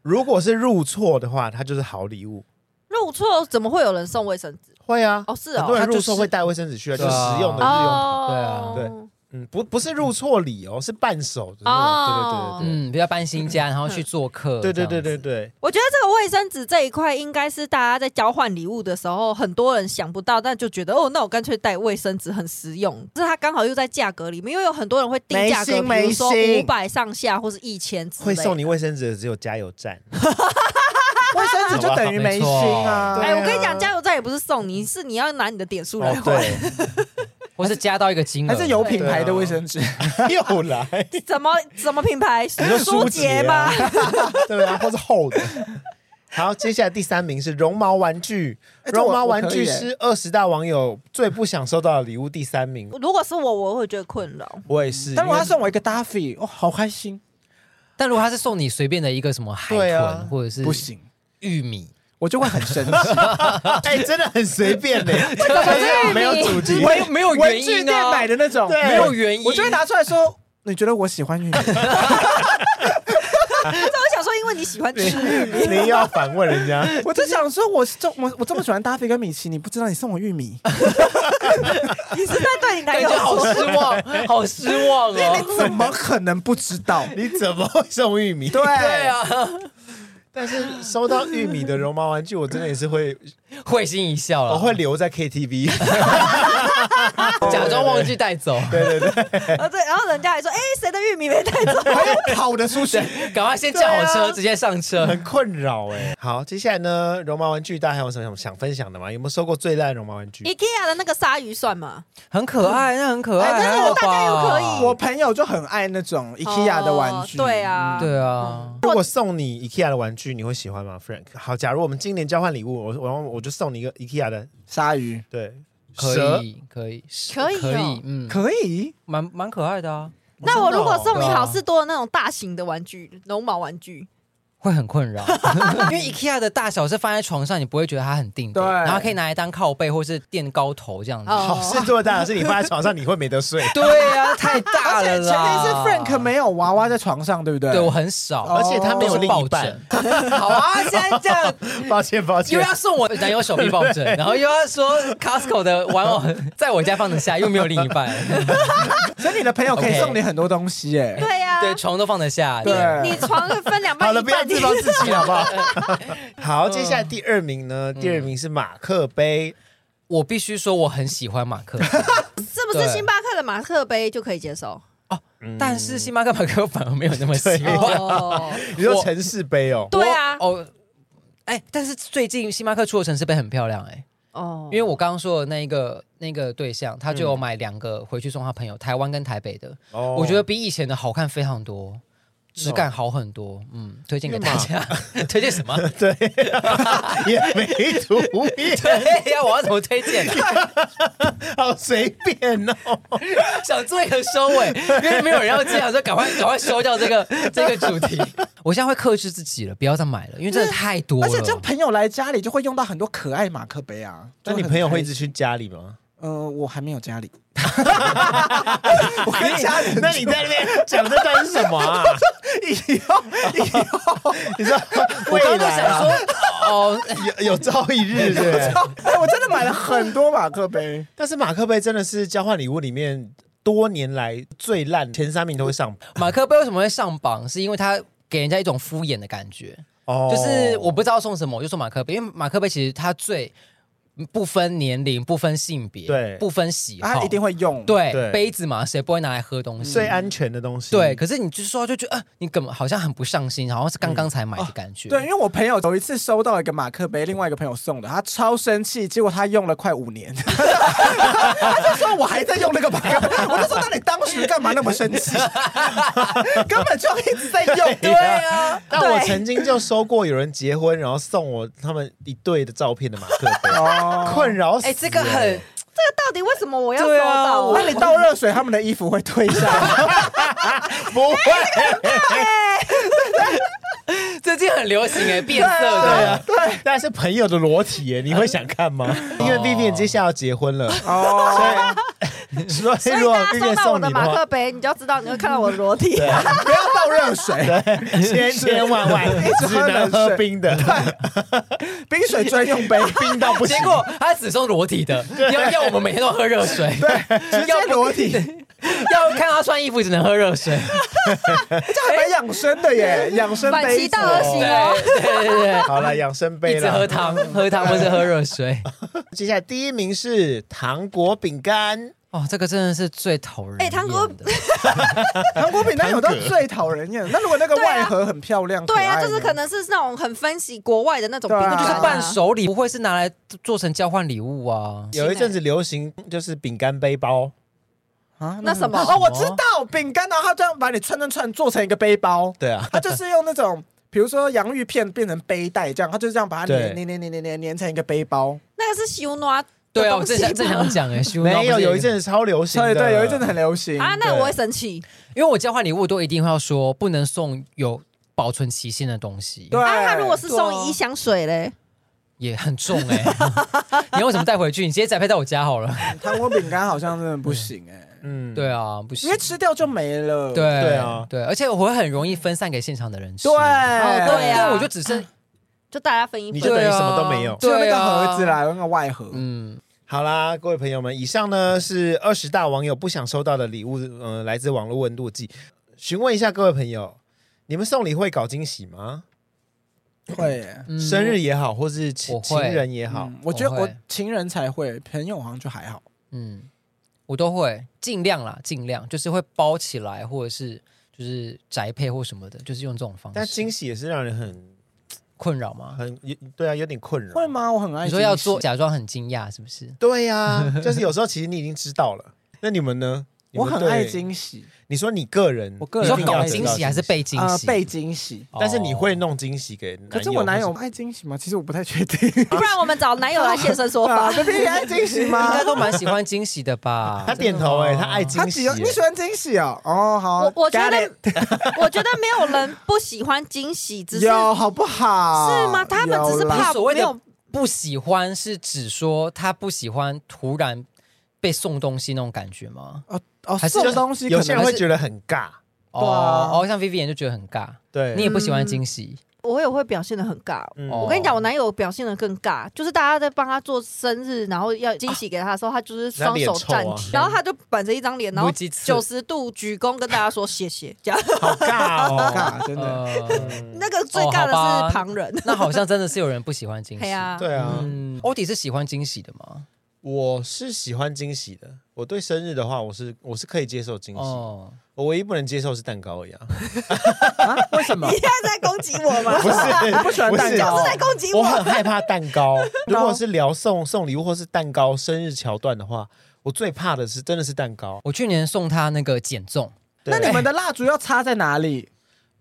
S1: 如果是入错的话，它就是好礼物。
S2: 入错怎么会有人送卫生纸？
S1: 会啊，
S2: 哦，是
S1: 很多
S2: 哦，
S1: 人入
S3: 它就
S1: 错
S3: 是
S1: 会带卫生纸去啊，就
S3: 对
S1: 是
S3: 啊
S1: 实用的日用品。
S2: 哦，
S1: 对嗯，不不是入错礼哦，是伴手的那
S2: 哦
S1: 种。对对对对对。
S3: 嗯，比较搬新家，然后去做客。
S1: 对对
S3: 这样
S4: 嗯
S1: 对
S3: 子
S1: 对对，
S2: 我觉得这个卫生纸这一块，应该是大家在交换礼物的时候，很多人想不到，但就觉得哦，那我干脆带卫生纸很实用。这是它刚好又在价格里面，因为有很多人会定价格，比
S4: 没心
S2: 如说
S4: 没
S2: 五
S4: 心
S2: 百上下或是一千之类
S1: 会
S2: 的。
S1: 送你卫生纸的只有加油站。
S4: 卫生纸就等于没心啊。
S1: 好吧
S2: 哎、
S1: 对啊
S2: 我跟你讲，加油站也不是送你，是你要拿你的点数来
S1: 哦，
S2: 换。
S1: 对，
S3: 或是加到一个金额，
S4: 还是有品牌的卫生纸，
S1: 又来。
S2: 怎么怎么品牌？
S1: 你说
S2: 舒洁吗？？
S1: 对啊，或是厚的。好，接下来第三名是绒毛玩具，
S4: 哎这我
S1: 绒毛玩
S4: 我可以
S1: 具
S4: 耶
S1: 是二十大网友最不想收到的礼物第三名。
S2: 如果是我，我会觉得困扰。
S1: 我也是，
S4: 但如果
S1: 因
S4: 他
S1: 为
S4: 送我一个 Duffy，哦，好开心。
S3: 但如果他是送你随便的一个什么海
S1: 对
S3: 豚、
S1: 啊
S3: 或者是
S4: 不行，
S3: 玉米，
S4: 我就会很生气。
S1: 哎、真的很随便 呢、欸，
S2: 是
S1: 没有没有 主题。
S3: 没 没有啊
S4: 文具店买的那种，
S1: 对
S3: 没有原因，
S4: 我就会拿出来说。你觉得我喜 欢玉米？
S2: 但我想说，因为你喜欢吃玉米，
S1: 你又要反问人家，
S4: 我就想说我是这我我这么喜欢 Duffy 跟米奇，你不知道你送我 玉米，
S2: 你是在对你男
S3: 感
S2: 友
S3: 觉好
S2: 说
S3: 失望，好失望哦。
S4: 你怎么可能不知 道？
S1: 你怎么会送玉米？
S4: 对
S3: 对啊，
S1: 但是收到玉米的绒毛玩具，我真的也是 会，
S3: 会心一笑了，
S1: 我会留在 KTV。
S3: 假装忘记带走，
S1: 对对对，
S2: 啊？对，然后人家还说，哎、谁的玉米没带走？
S4: 还要哎跑得出去，
S3: 赶快先叫好
S1: 对啊
S3: 车，直接上车。
S1: 很 困扰哎、好，接下来呢，绒毛玩具大家还有什么想分享的吗？有没有收过最烂的绒毛玩具？
S2: IKEA 的那个鲨鱼算吗？
S3: 很可爱，那很可爱，
S4: 哎但是
S3: 还好
S2: 大家又
S3: 吧
S2: 可以
S4: 我朋友就很爱那种 IKEA 的玩具，
S2: 哦对啊，
S3: 对啊，
S1: 如果送你 IKEA 的玩具，你会喜欢吗，Frank？好，假如我们今年交换礼物，我我我就送你一个 IKEA 的，
S4: 鲨鱼
S1: 对，
S3: 可
S1: 蛇，
S3: 以，可以，
S2: 可以哦
S3: 可以，嗯，
S4: 可以，
S3: 蛮蛮可爱的啊，
S2: 那我如果
S1: 真的哦
S2: 送你
S3: 对啊
S2: 好事多的那种大型的玩具，绒毛玩具，
S3: 会很困扰， 因为 IKEA 的大小是放在床上，你不会觉得它很定的，
S4: 对
S3: 然后可以拿来当靠背或是垫高头这样子。
S2: 哦
S1: 好事做大，是你放在床上你会没得 睡，
S3: 对啊，太大
S4: 而
S3: 了
S4: 且前提是
S3: 啦。
S4: Frank 没有娃娃在床上，对不对？
S3: 对我很少，
S1: 而且他没有
S3: 都是
S1: 另
S3: 抱
S1: 一半
S3: 枕。。 好啊，现在这样
S1: 抱歉抱
S3: 又
S1: 歉，
S3: 要送我男友手臂抱枕，然后又要说 Costco 的玩偶在我家放得下，又没有另 一半，
S4: 所以你的朋友可以
S3: OK
S4: 送你很多东西耶、
S2: 哎对呀、
S3: 对，床都放得下。
S4: 对
S2: 你床分两 半，
S1: 好了，
S2: 一
S1: 不要
S2: 半
S1: 自暴自弃好 不好？好，接下来第二名呢？第二名是马克杯，
S3: 我必须说我很喜欢马克杯，
S2: 是不是星巴克的马克杯就可以接受？
S1: 嗯
S3: 但是星巴克马克反而没有那么喜
S1: 对
S3: 欢。
S2: 哦，
S1: 你说城市杯哦，
S2: 对啊，
S3: 我哦，哎，但是最近星巴克出的城市杯很漂亮哎，
S2: 哦，
S3: 因为我刚刚说的那一个那个对象，他就有买两个回去送他朋友，台湾跟台北的，
S1: 哦
S3: 我觉得比以前的好看非常多。质感好很多，嗯，推荐给大家。 推荐什么？
S1: 对， 也没图 片，
S3: 对呀，我要怎么推荐？
S1: 好随便哦。
S3: 想做一个收尾，因为没有人要这样，说赶快赶快收掉这个这个主题。我现在会克制自己了，不要再买了，因为真的太多了。
S4: 而且这样朋友来家里就会用到很多可爱马克杯啊。
S1: 那
S4: 就
S1: 你
S4: 很
S1: 朋友会一
S4: 开
S1: 直去家里吗？
S4: 呃，我还没有家里，我跟家里
S1: 那你在那边讲这段是什么啊？
S4: 以后以后
S1: 你 说
S3: 我
S1: 未
S3: 刚刚就
S1: 来
S3: 想
S1: 啊
S3: 说，哦，
S1: 有有朝一 日对不对，
S4: 哎，我真的买了很多马克杯，
S1: 但是马克杯真的是交换礼物里面多年来最烂，前三名都会上榜
S3: 马克杯为什么会上榜？是因为它给人家一种敷衍的感觉，
S1: 哦
S3: 就是我不知道送什么，我就送马克杯，因为马克杯其实它最。不分年龄、不分性别、
S1: 对
S3: 不分喜
S4: 啊他
S3: 好，
S4: 一定会用。，
S3: 对
S1: 对
S3: 杯子嘛，谁不会拿来喝东西？
S1: 最安全的东西。
S3: 对，可是你就是说就觉得，呃，你怎么好像很不上心，好像是刚刚才买的感觉。
S4: 对，因为我朋友有一次收到一个马克杯，另外一个朋友送的，他超生气，结果他用了快五年， 他就说我还在用那个马克杯，我就说那你当时干嘛那么生气？根本就一直在用，对啊，
S1: 但我
S2: 对
S1: 曾经就收过有人结婚，然后送我他们一对的照片的马克杯，
S4: 哦，
S1: 困扰死、
S3: 哎，这个
S1: 哎
S3: 很
S2: 到底为什么我要收
S3: 对啊
S2: 到
S3: 我
S4: 那
S2: 啊？
S4: 你倒热水，他们的衣服会退下 来。
S1: 不会，
S3: 最近很流行哎，变色的。
S1: 对啊，对，但是朋友的裸体耶，你会想看吗？因为 Vivian 接下来要结婚了，
S4: 哦，
S1: 所
S2: 所
S1: 以
S2: 以
S1: 如果
S2: 大家收
S1: Vivian
S2: 到我
S1: 送
S2: 的
S1: 你
S2: 马克
S1: 话，
S2: 杯，你就知道你会看到我的裸体。
S4: 不要倒热水，
S1: 千千万万
S4: 一直
S1: 只
S4: 喝冷水
S1: 能喝冰的，
S4: 冰水专用 杯，
S1: 冰到不行
S3: 结。果他只送裸体的，要要我们每天都喝热水，
S4: 直接
S3: 要不
S4: 裸 体，
S3: 要看他穿衣服只能喝热水。
S4: 这还蛮养生的耶，养 生
S2: 反
S4: 杯
S2: 其
S4: 子
S2: 道而
S3: 对
S2: 行哦。
S3: 对对
S1: 好了，养生
S3: 对，
S1: 杯
S3: 一直喝
S1: 了。
S3: 汤，喝汤或是喝热水。
S1: 接下来第一名是糖果饼干，
S3: 哦，这个真的是最讨人厌的。
S2: 哎糖果
S4: 韩国饼干有到最讨人厌。那如果那个外盒很漂亮，
S2: 啊对啊，
S4: 爱呢
S2: 就是可能是那种很分析国外的那种饼
S4: 对啊
S2: 干
S3: 那
S2: 啊，
S3: 就是伴手礼，不会是拿来做成交换礼物啊。
S1: 有一阵子流行就是饼干背包，
S4: 啊
S2: 那什么
S4: 哦，我知道饼干，然后他这样把你串串串做成一个 背包，
S1: 对啊，
S4: 他就是用那种。比如说洋芋片变成背带这样，他就这样把它粘
S1: 对
S4: 粘粘粘粘粘粘成一个背包。
S2: 那个是修诺。
S3: 对啊，我正想正想讲 哎，修
S1: 没有有一
S3: 阵。
S1: 阵子超流行的，
S4: 所以对，有一阵子很流行
S2: 啊，那我会生气。
S3: 因为我交换礼物都一定会要说不能送有保存期限的东西，
S4: 对，
S2: 啊，那如果是送
S4: 对啊
S2: 一箱水嘞，
S3: 也很重哎、 你要为什么带回去？你直接宅配到我家好了。
S4: 糖果啊饼干好像真的不行 哎、
S1: 嗯，
S3: 对啊，不行
S4: 因为，吃掉就没了。
S3: 对
S1: 对啊
S3: 对，而且我会很容易分散给现场的人吃。
S4: 对，
S2: 哦对啊
S3: 因为我就只剩
S2: 就大家分一
S1: 你
S2: 份。
S1: 就等于
S3: 对啊
S1: 什么都没有。
S4: 只有那
S3: 对
S4: 个
S3: 啊
S4: 盒子啦，有那个外盒。
S3: 嗯，
S1: 好啦，各位朋友们，以上呢是二十大网友不想收到的礼物，呃，来自网络温度计。询问一下各位朋友，你们送礼会搞惊喜吗？
S4: 会耶、
S3: 嗯
S1: 生日也好，或是
S3: 我
S1: 情情
S3: 会
S1: 人也好
S4: 嗯，我觉得
S3: 我
S4: 我
S3: 会
S4: 情人才会，朋友好像就还好。
S3: 嗯，我都会尽量啦，尽量就是会包起来，或者是就是宅配或什么的，就是用这种方
S1: 但
S3: 式。
S1: 惊喜也是让人很
S3: 困扰吗？
S1: 很有对啊，有点困扰。
S4: 会吗？我很爱。
S3: 你说要做，假装很惊讶是不是？
S1: 对呀、 就是有时候其实你已经知道了。那你们呢？你
S4: 我
S1: 们
S4: 很
S1: 对
S4: 爱。惊喜
S1: 你说你个人，
S4: 我个
S3: 你
S4: 人
S3: 说
S1: 一定要
S3: 搞
S1: 知道
S3: 惊喜还是被惊
S4: 啊、
S3: 喜？
S4: 被惊喜。
S3: 哦
S1: 但是你会弄惊喜给男友？
S4: 可是我男友
S1: 或
S4: 爱惊喜吗？其实我不太确 定。
S2: 不然我们找男友来现身说
S4: 啊
S2: 法。
S4: ，baby 你爱惊喜
S3: 应
S4: 吗
S3: 该？都蛮喜欢惊喜的吧？
S1: 他点头哎、
S3: 真的
S1: 他
S3: 吗
S1: 爱惊
S4: 哦他
S1: 喜
S4: 只
S1: 耶、
S4: 有你喜欢惊喜哦。哦，好，
S2: 我我觉
S4: got
S2: 得
S4: it
S2: 我觉得没有人不喜欢惊喜，只是
S4: 有好不好？
S2: 是吗？他们只是
S4: 有啦
S2: 怕
S3: 所谓
S2: 没
S3: 的
S2: 有
S3: 不喜欢是指说他不喜欢突然被送东西那种感觉吗？
S4: 哦哦，
S3: 还是
S4: 送
S3: 就是
S4: 东西
S1: 有
S4: 可
S1: 些
S4: 能
S1: 人
S4: 会
S1: 会觉得很尬。
S3: 哦
S4: 对啊
S3: 哦，像 Vivian 就觉得很尬，
S1: 对，
S3: 你也不喜欢惊喜。
S2: 我也会表现的很尬。
S1: 嗯
S3: 哦
S2: 我跟你讲，我男友表现的更尬，就是大家在帮他做生日，然后要惊喜给他的时候，他就是双手
S1: 那
S2: 站
S1: 脸
S2: 起，
S1: 臭啊
S2: 然后他就板着一张嗯脸，然后
S3: 不积极
S2: 九十度鞠躬跟大家说谢谢，这样。
S1: 好尬
S4: 很
S1: 哦。
S4: 尬，真的。
S3: 呃
S2: 那个最尬
S3: 哦好
S2: 的
S3: 吧
S2: 是旁 人，
S3: 那好像真的是有人不喜欢惊 喜。
S2: 对呀，
S1: 对啊，
S3: 嗯，欧迪是喜欢惊喜的吗？
S1: 我是喜欢惊喜的。我对生日的话，我是我是可以接受惊喜。
S3: 哦，
S1: 我唯一不能接受是蛋糕 呀，
S4: 啊为什么
S2: 你？现在在攻击我吗？
S1: 不是，
S4: 不喜欢
S1: 不是
S4: 蛋糕
S2: 是在攻击
S1: 我
S2: 我。
S1: 很害怕蛋 糕。如果是聊送送礼物或是蛋糕生日桥段的话，我最怕的是真的是蛋糕。
S3: 我去年送他那个减重，
S1: 对
S4: 那你们的蜡烛要插在哪里？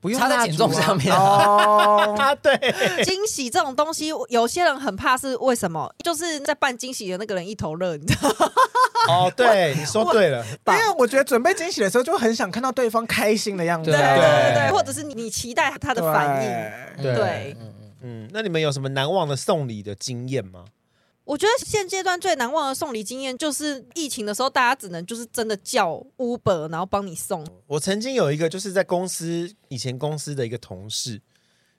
S1: 不
S3: 插在
S1: 蜡烛
S3: 减重上面啊。
S4: 哦，
S1: 啊？ 对，
S2: 惊喜这种东西，有些人很怕是为什么？就是在办惊喜的那个人一头热，你知道吗？
S1: 哦，对，你说对了，
S4: 因为我觉得准备惊喜的时候，就很想看到对啊方开心的样子。
S3: 对
S2: 对对对，
S1: 对啊
S2: 或者是你期待他的反应。
S4: 应。
S1: 对
S2: 对
S3: 嗯嗯
S1: 嗯，那你们有什么难忘的送礼的经验吗？
S2: 我觉得现阶段最难忘的送礼经验，就是疫情的时候，大家只能就是真的叫 Uber，然后帮你送。
S1: 我曾经有一个就是在公司以前公司的一个同事，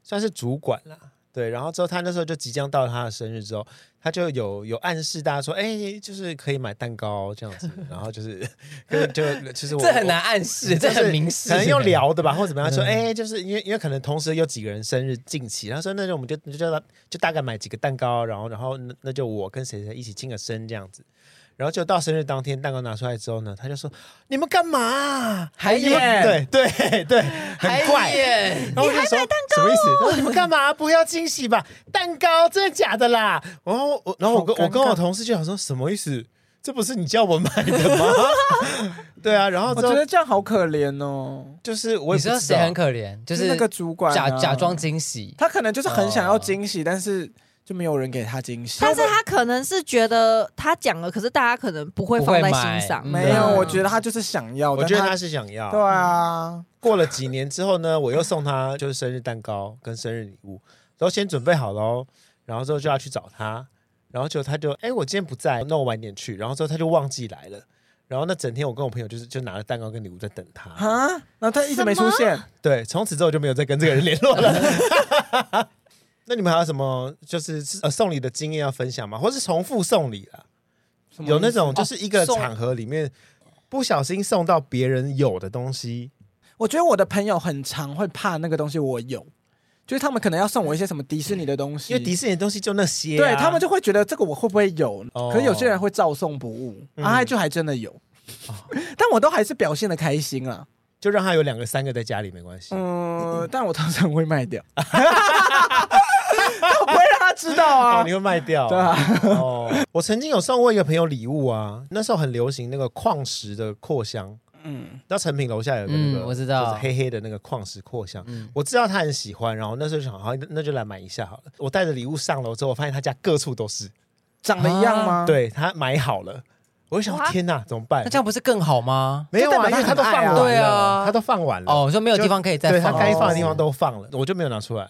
S1: 算是主管啦，对，然后之后他那时候就即将到他的生日之后，他就有有暗示大家说，哎、就是可以买蛋糕这样子，然后就是， 可就其实我
S3: 这很
S1: 我
S3: 难暗示，
S1: 就
S3: 这
S1: 是
S3: 很明示，欸嗯
S1: 可能用聊的吧，或者怎么样说，哎、就是因为因为可能同时有几个人生日近期，然后说那就我们就就叫他就大概买几个蛋糕，然后然后那那就我跟谁谁一起庆个生这样子，然后就到生日当天蛋糕拿出来之后呢，他就说你们干嘛啊？
S3: 还
S1: 你们
S3: 演
S1: 对对对，很
S3: 哎
S1: 怪。
S3: 耶，
S1: 然后我就说什么意思？他说你们干嘛？不要惊喜吧？蛋糕真的假的啦？然后我，然后我跟
S4: 好
S1: 我
S4: 尴尬
S1: 跟我同事就想说什么意思？这不是你叫我买的吗？ 对啊，然后
S4: 我
S1: 之后
S4: 觉得这样好可怜哦，
S1: 就是我也不
S3: 你知道
S1: 知
S3: 谁
S1: 道
S3: 很，可怜，就是
S4: 那个主管啊
S3: 假假装，惊喜，
S4: 他可能就是很想要惊喜，但是就没有人给哦他惊喜。
S2: 但是他可能是觉得他讲了，可是大家可能不会放在
S3: 不会买
S2: 心上。
S3: 嗯
S4: 没有，
S2: 嗯
S4: 我觉得他就是想要，
S1: 我觉得
S4: 但
S1: 哦他是想要。
S4: 对啊，
S1: 过了几年之后呢，我又送他 就是生日蛋糕跟生日礼物，然后先准备好喽，然后之后就要去找他，然后就他就哎、我今天不在，那我晚点去，然后之后他就忘记来了，然后那整天我跟我朋友就是就拿了蛋糕跟礼物在等他，
S4: 啊，然后他一直没出现，
S1: 对，从此之后就没有再跟这个人联络了。 那你们还有什么就是呃送礼的经验要分享吗？或是重复送礼啊？
S4: 什么意思
S1: 有那种就是一个
S3: 哦送
S1: 场合里面不小心送到别人有的东西，
S4: 我觉得我的朋友很常会怕那个东西我有，就是他们可能要送我一些什么迪士尼的东西，
S1: 因为迪士尼的东西就那些、啊
S4: 对他们就会觉得这个我会不会有？
S1: 哦
S4: 可是有些人会照送不误，
S1: 嗯
S4: 啊，就还真的有， 但我都还是表现的开心啦。
S1: 就让他有两个三个在家里没关系。
S4: 嗯，但我通常会卖掉， 但我不会让他知道
S1: 哦，
S4: 啊
S1: 你。会卖掉？
S4: 对啊，
S1: 哦，我曾经有送过一个朋友礼物啊，那时候很流行那个矿石的扩香，
S4: 嗯，
S1: 那成品楼下有个那个，
S3: 嗯我知道
S1: 就是黑黑的那个矿石扩香，
S3: 嗯
S1: 我知道他很喜欢，然后那时候想，好，那那就来买一下好了。我带着礼物上楼之后，我发现他家各处都是，
S4: 长得一样吗？，
S1: 啊对他买好了，我就想，
S2: 哇
S1: 天哪，怎么办
S3: 那？这样不是更好吗？
S1: 没有
S4: 就代
S1: 啊，
S4: 表
S1: 因为他
S4: 他
S1: 都
S4: 很
S1: 放
S4: 爱啊
S1: 完了，
S3: 对啊
S1: 他都放完了，
S3: 哦，我说没有地方可以再
S1: 对他
S3: 放，哦
S1: 该放的地方都放了，我就没有拿出来。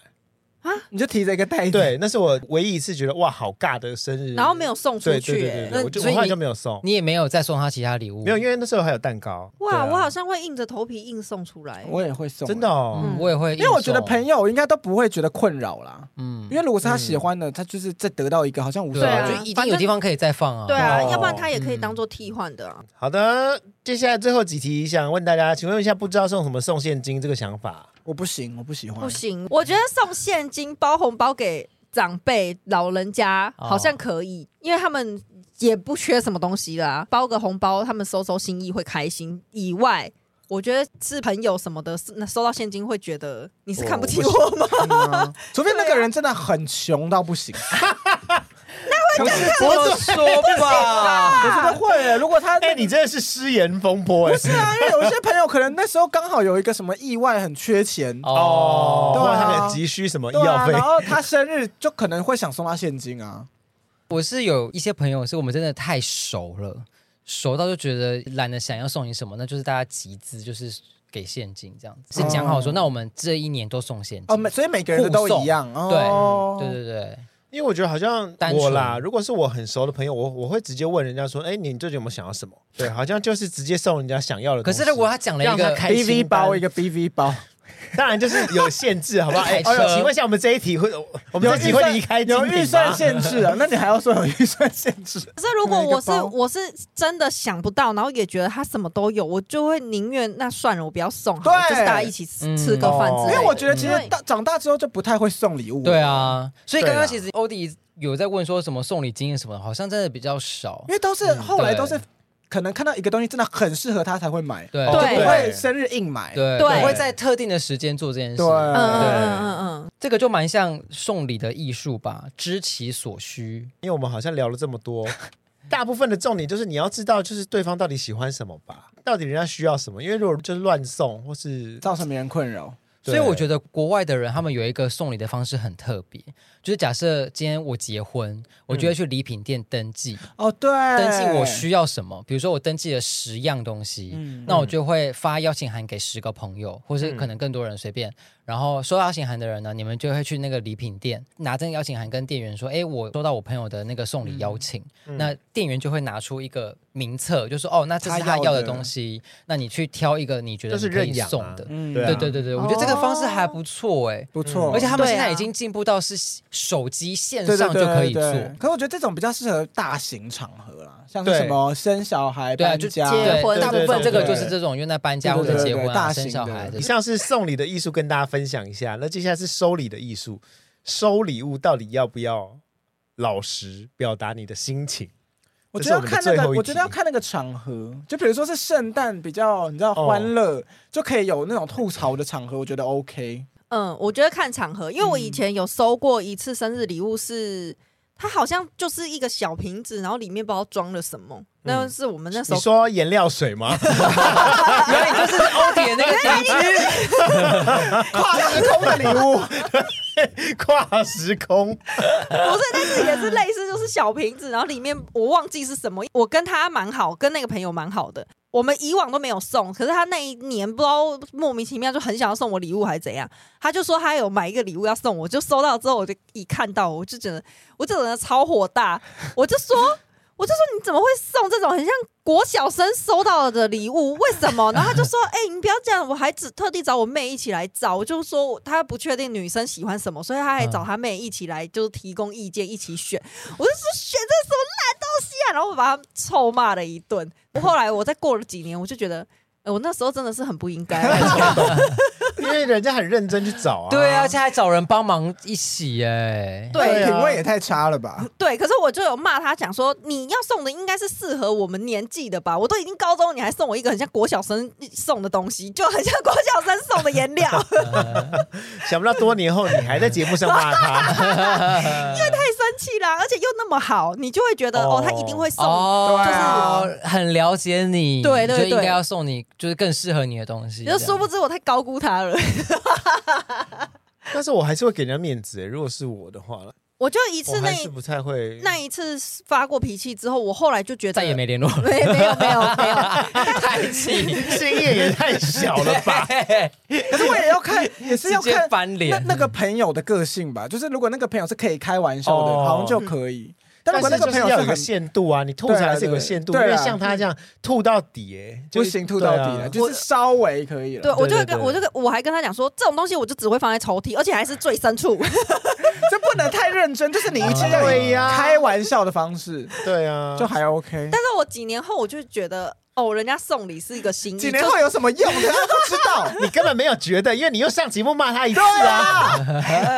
S4: 你就提着一个 袋子。
S1: 对，那是我唯一一次觉得哇，好尬的生日，
S2: 然后没有送出
S1: 对
S2: 去、
S1: 对对对
S2: 欸
S1: 对，
S3: 那
S1: 我就
S3: 所
S1: 我
S3: 以
S1: 后来
S3: 你
S1: 就没有送，
S3: 你也没有再送他其他礼物，
S1: 没有，因为那时候还有蛋糕。对
S2: 哇，
S1: 啊
S2: 我好像会硬着头皮硬送出来。
S4: 我也会送，啊
S1: 真的。哦，
S3: 嗯，我也会，
S4: 因为我觉得朋
S3: 友，
S4: 友应该都不会觉得困扰啦，
S3: 嗯
S4: 因为如果是他喜欢的，他就是再得到一个好像无所
S3: 对
S4: 谓。
S3: 啊，
S2: 对啊
S3: 就一定有地方可以再放啊，
S2: 对啊，
S1: 哦
S2: 要不然他也
S3: 嗯
S2: 可以当做替换的啊。
S1: 好的，接下来最后几题想问大家，请问一下，不知道送什么送现金这个想法？
S4: 我不行，我不喜欢
S2: 不。行，我觉得送现金包红包给长辈、老人家
S3: 哦
S2: 好像可以，因为他们也不缺什么东西啦，包个红包他们收收心意会开心。以外，我觉得是朋友什么的，是那收到现金会觉得你是看不起我吗？
S4: 嗯啊除非那个人真的很穷到不行，
S3: 不是这么说吧？
S4: 我觉得会。如果他
S1: 哎、你真的是失言风波哎、
S4: 是啊，因为有一些朋友可能那时候刚好有一个什么意外，很缺钱，
S1: 哦，
S4: 对
S1: 或
S4: 啊
S1: 者他可能急需什么医
S4: 对
S1: 药
S4: 啊，
S1: 费
S4: 然，后他生日就可能会想送他现金啊。
S3: 我是有一些朋友是我们真的太熟了，熟到就觉得懒得想要送你什么，那就是大家集资，就是给现金这样子，是讲好说，
S4: 哦
S3: 那我们这一年都送现
S4: 哦，
S3: 金
S4: 每，所以每个人的都一样
S3: 对
S4: 哦。
S3: 对对对，
S1: 因为我觉得好像
S3: 单
S1: 我
S3: 纯
S1: 啦，如果是我很熟的朋友，我我会直接问人家说，哎、你最近有没有想要什么？对，好像就是直接送人家想要的
S3: 可
S1: 东西。
S3: 是如果他讲了一
S1: 让他
S3: 个
S1: 开
S4: BV 包一个 BV 包，
S1: 当然就是有限制，好 不好？哎、
S3: 开车
S1: 哎呦请问一下，我们这一题会，我们这一题会离开
S4: 有
S1: 精品吗
S4: 预算限制啊？那你还要说有预算限制？
S2: 可是如果我是
S4: 那个包
S2: 我是真的想不到，然后也觉得他什么都有，我就会宁愿那算了，我不要送好了，
S4: 对
S2: 就是大家一起吃
S3: 嗯
S2: 吃个饭之
S1: 哦
S2: 类
S4: 因
S2: 的。
S4: 为我觉得其
S2: 因
S4: 实
S2: 为
S4: 大长大之后就不太会送礼物。
S3: 对，啊，所以刚
S1: 对
S3: 刚
S1: 啊
S3: 其实欧弟有在问说什么送礼经验什么的，好像真的比较少
S4: 因。为都是后来
S3: 嗯对
S4: 都是可能看到一个东西真的很适合他才会买，
S3: 对
S1: 哦
S4: 就不
S2: 对
S4: 会生日硬买。
S3: 对，
S2: 对
S3: 不会在特定的时间做这件事。
S2: 嗯嗯
S4: 对，
S2: 嗯嗯嗯。
S3: 这个就蛮像送礼的艺术吧，知其所需。
S1: 因为我们好像聊了这么多， 大部分的重点就是你要知道，就是对方到底喜欢什么吧，到底人家需要什么。因为如果就是乱送或是
S4: 造成别人困扰。
S1: 对
S3: 所以我觉得国外的人他们有一个送礼的方式很特别，就是假设今天我结婚，我就会去礼品店登记，
S1: 嗯
S4: 哦，对，
S3: 登记我需要什么，比如说我登记了十样东西，
S4: 嗯
S3: 那我就会发邀请函给十个朋友，或
S1: 嗯
S3: 是可能更多人随便。然后收到邀请函的人呢，你们就会去那个礼品店拿这个邀请函跟店员说：“哎，我收到我朋友的那个
S1: 嗯
S3: 送礼邀请。那店员就会拿出一个名册，就说：“哦，那这是
S4: 他
S3: 他
S4: 要
S3: 要的
S4: 的
S3: 东西，那你去挑一个你觉得
S1: 就是
S3: 你可以
S1: 认养啊
S3: 送的。
S4: 嗯
S1: 对啊
S3: 对对对对，
S2: 哦
S3: 我觉得这个方式还不错哎、
S4: 不错，
S3: 而且他们
S2: 对啊
S3: 现在已经进步到是手机线
S4: 对对
S3: 上
S4: 对
S3: 就可以做，
S4: 对可我觉得这种比较适合大型场合啦，像是
S1: 对
S4: 什么生小孩、
S3: 对啊，
S4: 搬
S3: 就
S4: 家、
S2: 结
S3: 对
S2: 婚
S3: 大部
S1: 对
S3: 分
S1: 对
S3: 这个
S1: 对
S3: 就是这种用在搬家或
S4: 对
S3: 者
S4: 对
S3: 结
S4: 对
S3: 婚
S4: 对
S3: 啊、
S4: 大
S3: 生
S4: 型
S3: 小
S4: 的
S3: 孩的
S1: 以。上是送礼的艺术，跟大家分享一下。那接下来是收礼的艺术，收礼物到底要不要老实表达你的心情？
S4: 我
S1: 这
S4: 觉
S1: 是
S4: 得要
S1: 我们
S4: 看那
S1: 最
S4: 个，
S1: 后一
S4: 我觉得要
S1: 题
S4: 看那个场合，就比如说是圣诞比较你知道
S1: 哦
S4: 欢乐，就可以有那种吐槽的场合，我觉得 OK。
S2: 嗯，我觉得看场合，因为我以前有收过一次生日礼物是，它好像就是一个小瓶子，然后里面不知道装了什么。那是我们那时
S1: 你
S2: 候，
S1: 说颜料水吗？
S3: 原啊来你
S4: 哦
S3: 就是欧铁那个
S4: 跨时空 的礼 物，
S1: 跨时空，
S2: 不是，但是也是类似，就是小瓶子，然后里面我忘记是什么。我跟他蛮好，跟那个朋友蛮好的。我们以往都没有送，可是他那一年不知道莫名其妙就很想要送我礼物还是怎样，他就说他有买一个礼物要送我，就收到之后我就一看到我就觉得我这个人超火大，我就说我就说你怎么会送这种很像国小生收到的礼物？为什么？ 然后他就说：“哎、你不要这样，我还只特地找我妹一起来找。”我就说他不确定女生喜欢什么，所以他还找他妹一起来，就是提供意见，一起选。我就说选这什么烂东西啊！然后我把他臭骂了一顿。后来我再过了几年，我就觉得。呃我那时候真的是很不应该，
S1: 因为人家很认真去找啊。
S3: 对啊，而且还找人帮忙一起哎、
S2: 对
S4: 品味也太差了 吧？
S2: 对，可是我就有骂他，讲说你要送的应该是适合我们年纪的吧？我都已经高中，你还送我一个很像国小生送的东西，就很像国小生送的颜料，太
S1: 想不到多年后你还在节目上骂他，
S2: 生气啦！而且又那么好，你就会觉得
S1: 哦
S2: 哦，他一定会送。
S3: 哦，
S4: 对啊
S3: 就是很了解你，
S2: 对对
S3: 就应该
S2: 对
S3: 要送你就是更适合你的东西。
S2: 你就殊不知我太高估他了。
S1: 但是我还是会给人家面子欸。如果是我的话了，
S2: 我就一
S1: 我
S2: 次那
S1: 还
S2: 一
S1: 是不太会。
S2: 那一次发过脾气之后，我后来就觉得
S3: 再也没联络了，
S2: 没没有没有没有，
S3: 太气，
S1: 心眼也太小了 吧？
S4: 可是我也要看，也是
S3: 直
S4: 要
S3: 接
S4: 看
S3: 翻
S4: 那
S3: 脸。
S4: 那个朋友的个性吧。就是如果那个朋友是可以开玩笑的，
S1: 哦
S4: 好像就可以。但如果
S1: 但
S4: 那
S1: 是
S4: 个
S1: 就是
S4: 朋友
S1: 要有一
S4: 很
S1: 个限度啊，你吐才还是有个限度，因
S4: 对啊对
S1: 为
S4: 啊
S1: 像他这样吐到底，哎，
S4: 不
S1: 就
S4: 行吐到底
S1: 对
S4: 了，
S1: 啊
S4: 就是稍微可 以
S2: 对
S4: 了，
S2: 我就
S1: 对对
S2: 会跟
S1: 对
S2: 我就跟我还跟他讲说，这种东西我就只会放在抽屉，而且还是最深处。
S4: 这不能太认真，就是你一直要
S1: 啊对
S4: 以
S1: 呀
S4: 开玩笑的方式，
S1: 对啊，
S4: 就还 OK。
S2: 但是我几年后我就觉得，哦，人家送礼是一个心意，
S4: 几年 后有什么用？他都不知道。
S1: 你根本没有觉得，因为你又上节目骂他一次啊，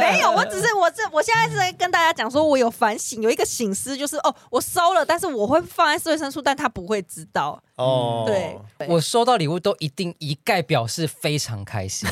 S2: 没有，我只是我这我现在是在跟大家讲说，我有反省，有一个醒思，就是哦，我收了，但是我会放在最深处，但他不会知道。
S1: 哦，
S2: 嗯对，
S3: 我收到礼物都一定一概表示非常开 心，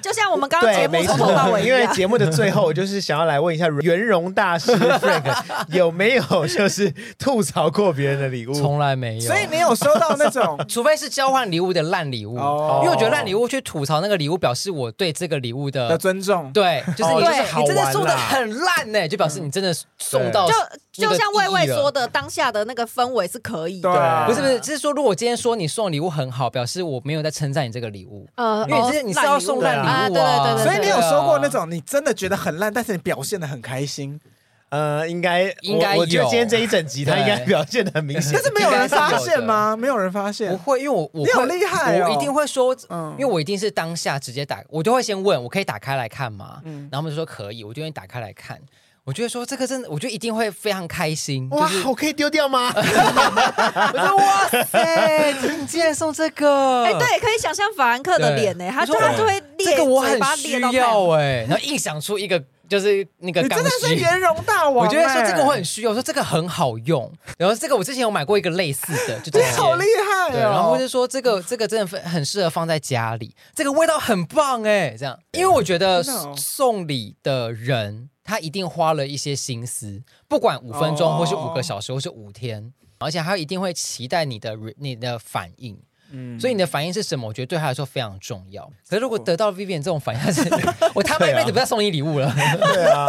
S2: 就像我们刚刚
S1: 对，
S2: 节目
S1: 没
S2: 从头到
S1: 错，
S2: 尾 一
S1: 因为
S2: 样。
S1: 节目的最后，我就是想要来问一下圆融大师 Frank 有没有就是吐槽过别人的礼物？
S3: 从来没有。
S4: 所以你有收到那 种
S3: 哦除非是交换礼物的烂礼物，
S4: 哦
S3: 因为我觉得烂礼物去吐槽那个礼物，表示我对这个礼物
S4: 的
S3: 的。
S4: 尊重？
S3: 对，就是
S1: 哦
S3: 你就是
S2: 对
S3: 你真的送
S1: 好玩
S3: 的
S1: 啦
S3: 很烂呢、就表示你真的送到
S2: 就就像
S3: 那
S2: 魏
S3: 个
S2: 魏
S3: 意义了
S2: 说的，当下的那个氛围是可以的。
S1: 对
S4: 啊
S3: 不是不是，就是说如果今天说你送礼物很好，表示我没有在称赞你这个礼物，
S2: 呃
S3: 因为你这你是要送烂
S2: 啊
S3: 礼物
S2: 对对对对对
S4: 所以你有收过那种你真的觉得很烂，但是你表现的很 开心，
S1: 呃，应该
S3: 应该
S1: 我我觉得
S3: 有
S1: 今天这一整集他应该表现的很明显
S4: 但。是没有人发现
S3: 应
S4: 吗？没有人发
S3: 不
S4: 现。
S3: 会，因为我我
S4: 你好
S3: 会
S4: 厉害哦
S3: 我一定会说，
S4: 嗯
S3: 因为我一定是当下直接打，我就会先问，我可以打开来看吗？
S4: 嗯
S3: 然后他们就说可以，我就愿意打开来看。我就会说这个真的，我就一定会非常开心，
S1: 哇
S3: 就是，
S1: 我可以丢掉吗？
S3: 我说哇 塞，你竟然送这个，
S2: 哎，对，可以想象法兰克的脸呢，他就他就会裂，
S3: 哦这个我
S2: 嘴
S3: 很
S2: 巴裂
S3: 需
S2: 到太
S3: 要哎、然后硬想出一个就是那个
S4: 你
S3: 刚
S4: 真的是
S3: 需。
S4: 圆融大王、
S3: 我觉得说
S4: 欸
S3: 这个我很需要，我说这个很好用，然后这个我之前有买过一个类似的，就这
S4: 你
S3: 些
S4: 好厉害
S3: 对，
S4: 哦！
S3: 然后或者说这个这个真的非很适合放在家里，这个味道很棒哎，这样，因为我觉得
S4: 真的哦
S3: 送礼的人他一定花了一些心思，不管五分钟
S4: 哦
S3: 或是五个小时或是五天，而且他一定会期待你的 re- 你的反应。
S4: 嗯
S3: 所以你的反应是什么？我觉得对他来说非常重要。可是如果得到 Vivian 这种反应，他是 我他妈一
S4: 啊
S3: 辈子不要送你礼物了。
S1: 对啊，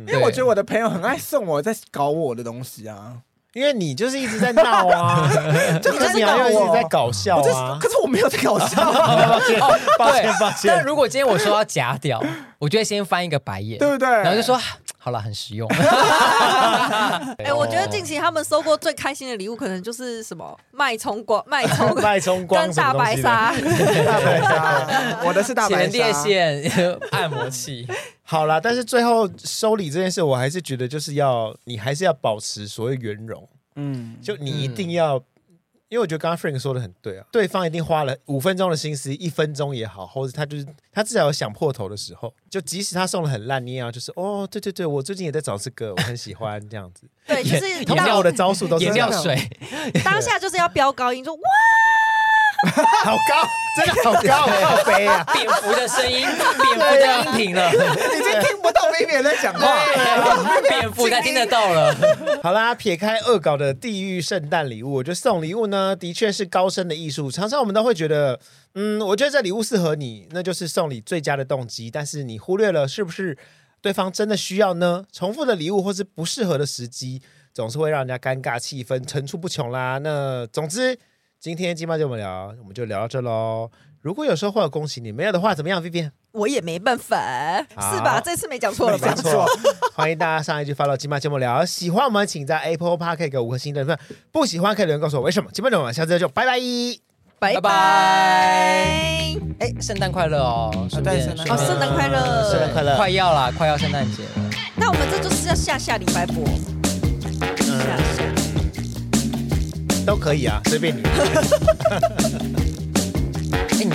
S4: 因为我觉得我的朋友很爱送我在搞我的东西啊，
S1: 因为你就是一直在闹啊，
S4: 这
S1: 你
S4: 可
S1: 就是是
S4: 搞
S1: 要一直
S4: 我
S1: 在搞笑
S4: 我这
S1: 啊。
S4: 可是我没有在搞笑，啊
S1: 抱歉，抱歉，抱
S3: 哦对但
S1: 歉。
S3: 如果今天我说要假屌，我就会先翻一个白眼，
S4: 对不对？
S3: 然后就说 啊好了，很实用。
S2: 哎、我觉得近期他们收过最开心的礼物，可能就是什么脉冲 光、脉冲
S1: 赖冲光
S2: 跟
S1: 什么
S2: 大
S1: 东
S2: 白
S1: 西的
S2: 鲨。
S4: 大白鲨，我的是大白
S3: 前列
S4: 鲨。
S3: 腺按摩器，
S1: 好啦，但是最后收礼这件事，我还是觉得就是要你还是要保持所谓圆融，
S4: 嗯，
S1: 就你一定要，因为我觉得刚刚 Frank 说的很对啊，对方一定花了五分钟的心思，一分钟也好，或者他就是他至少有想破头的时候，就即使他送的很烂，你也要就是哦，对对对，我最近也在找这个，我很喜欢这样子。
S2: 对，就是
S1: 通常我的招数 都是
S3: 颜
S1: 这
S3: 料
S1: 样
S3: 水，
S2: 当下就是要飙高音，说哇，
S1: 好高，真的好 高，靠背啊！
S3: 蝙蝠的声音，蝙蝠的音频 了，
S4: 已经听不到 Vivian 在讲话。
S3: 哇，蝙蝠才听得到了。
S1: 好啦，撇开恶搞的地狱圣诞礼物，我觉得送礼物呢，的确是高深的艺术。常常我们都会觉得，嗯，我觉得这礼物适合你，那就是送礼最佳的动机。但是你忽略了是不是对方真的需要呢？重复的礼物或是不适合的时机，总是会让人家尴尬气氛层出不穷啦。那总之，今天金妈就我们聊，我们就聊到这喽。如果有收获，恭喜你；没有的话，怎么样？B B。
S2: 我也没办法，
S3: 啊
S1: 好
S2: 是吧？这次没讲错了
S1: 没
S2: 吧？
S1: 错，欢迎大家上一句 follow 金马节目聊。喜欢我们，请在 Apple Park 给我五颗星的评分；不喜欢可以留言告诉我为什么。金马节目，下次再见，拜拜。
S2: 拜
S3: 拜拜哎，圣诞快乐哦！顺便
S4: 对圣诞
S3: 顺
S2: 哦，
S3: 便
S2: 圣诞快乐！
S1: 圣诞快乐
S3: 快要啦，快要圣诞节了。
S2: 那我们这就是要下下礼拜播，下下。
S1: 都可以啊，随便你。
S3: 哎，你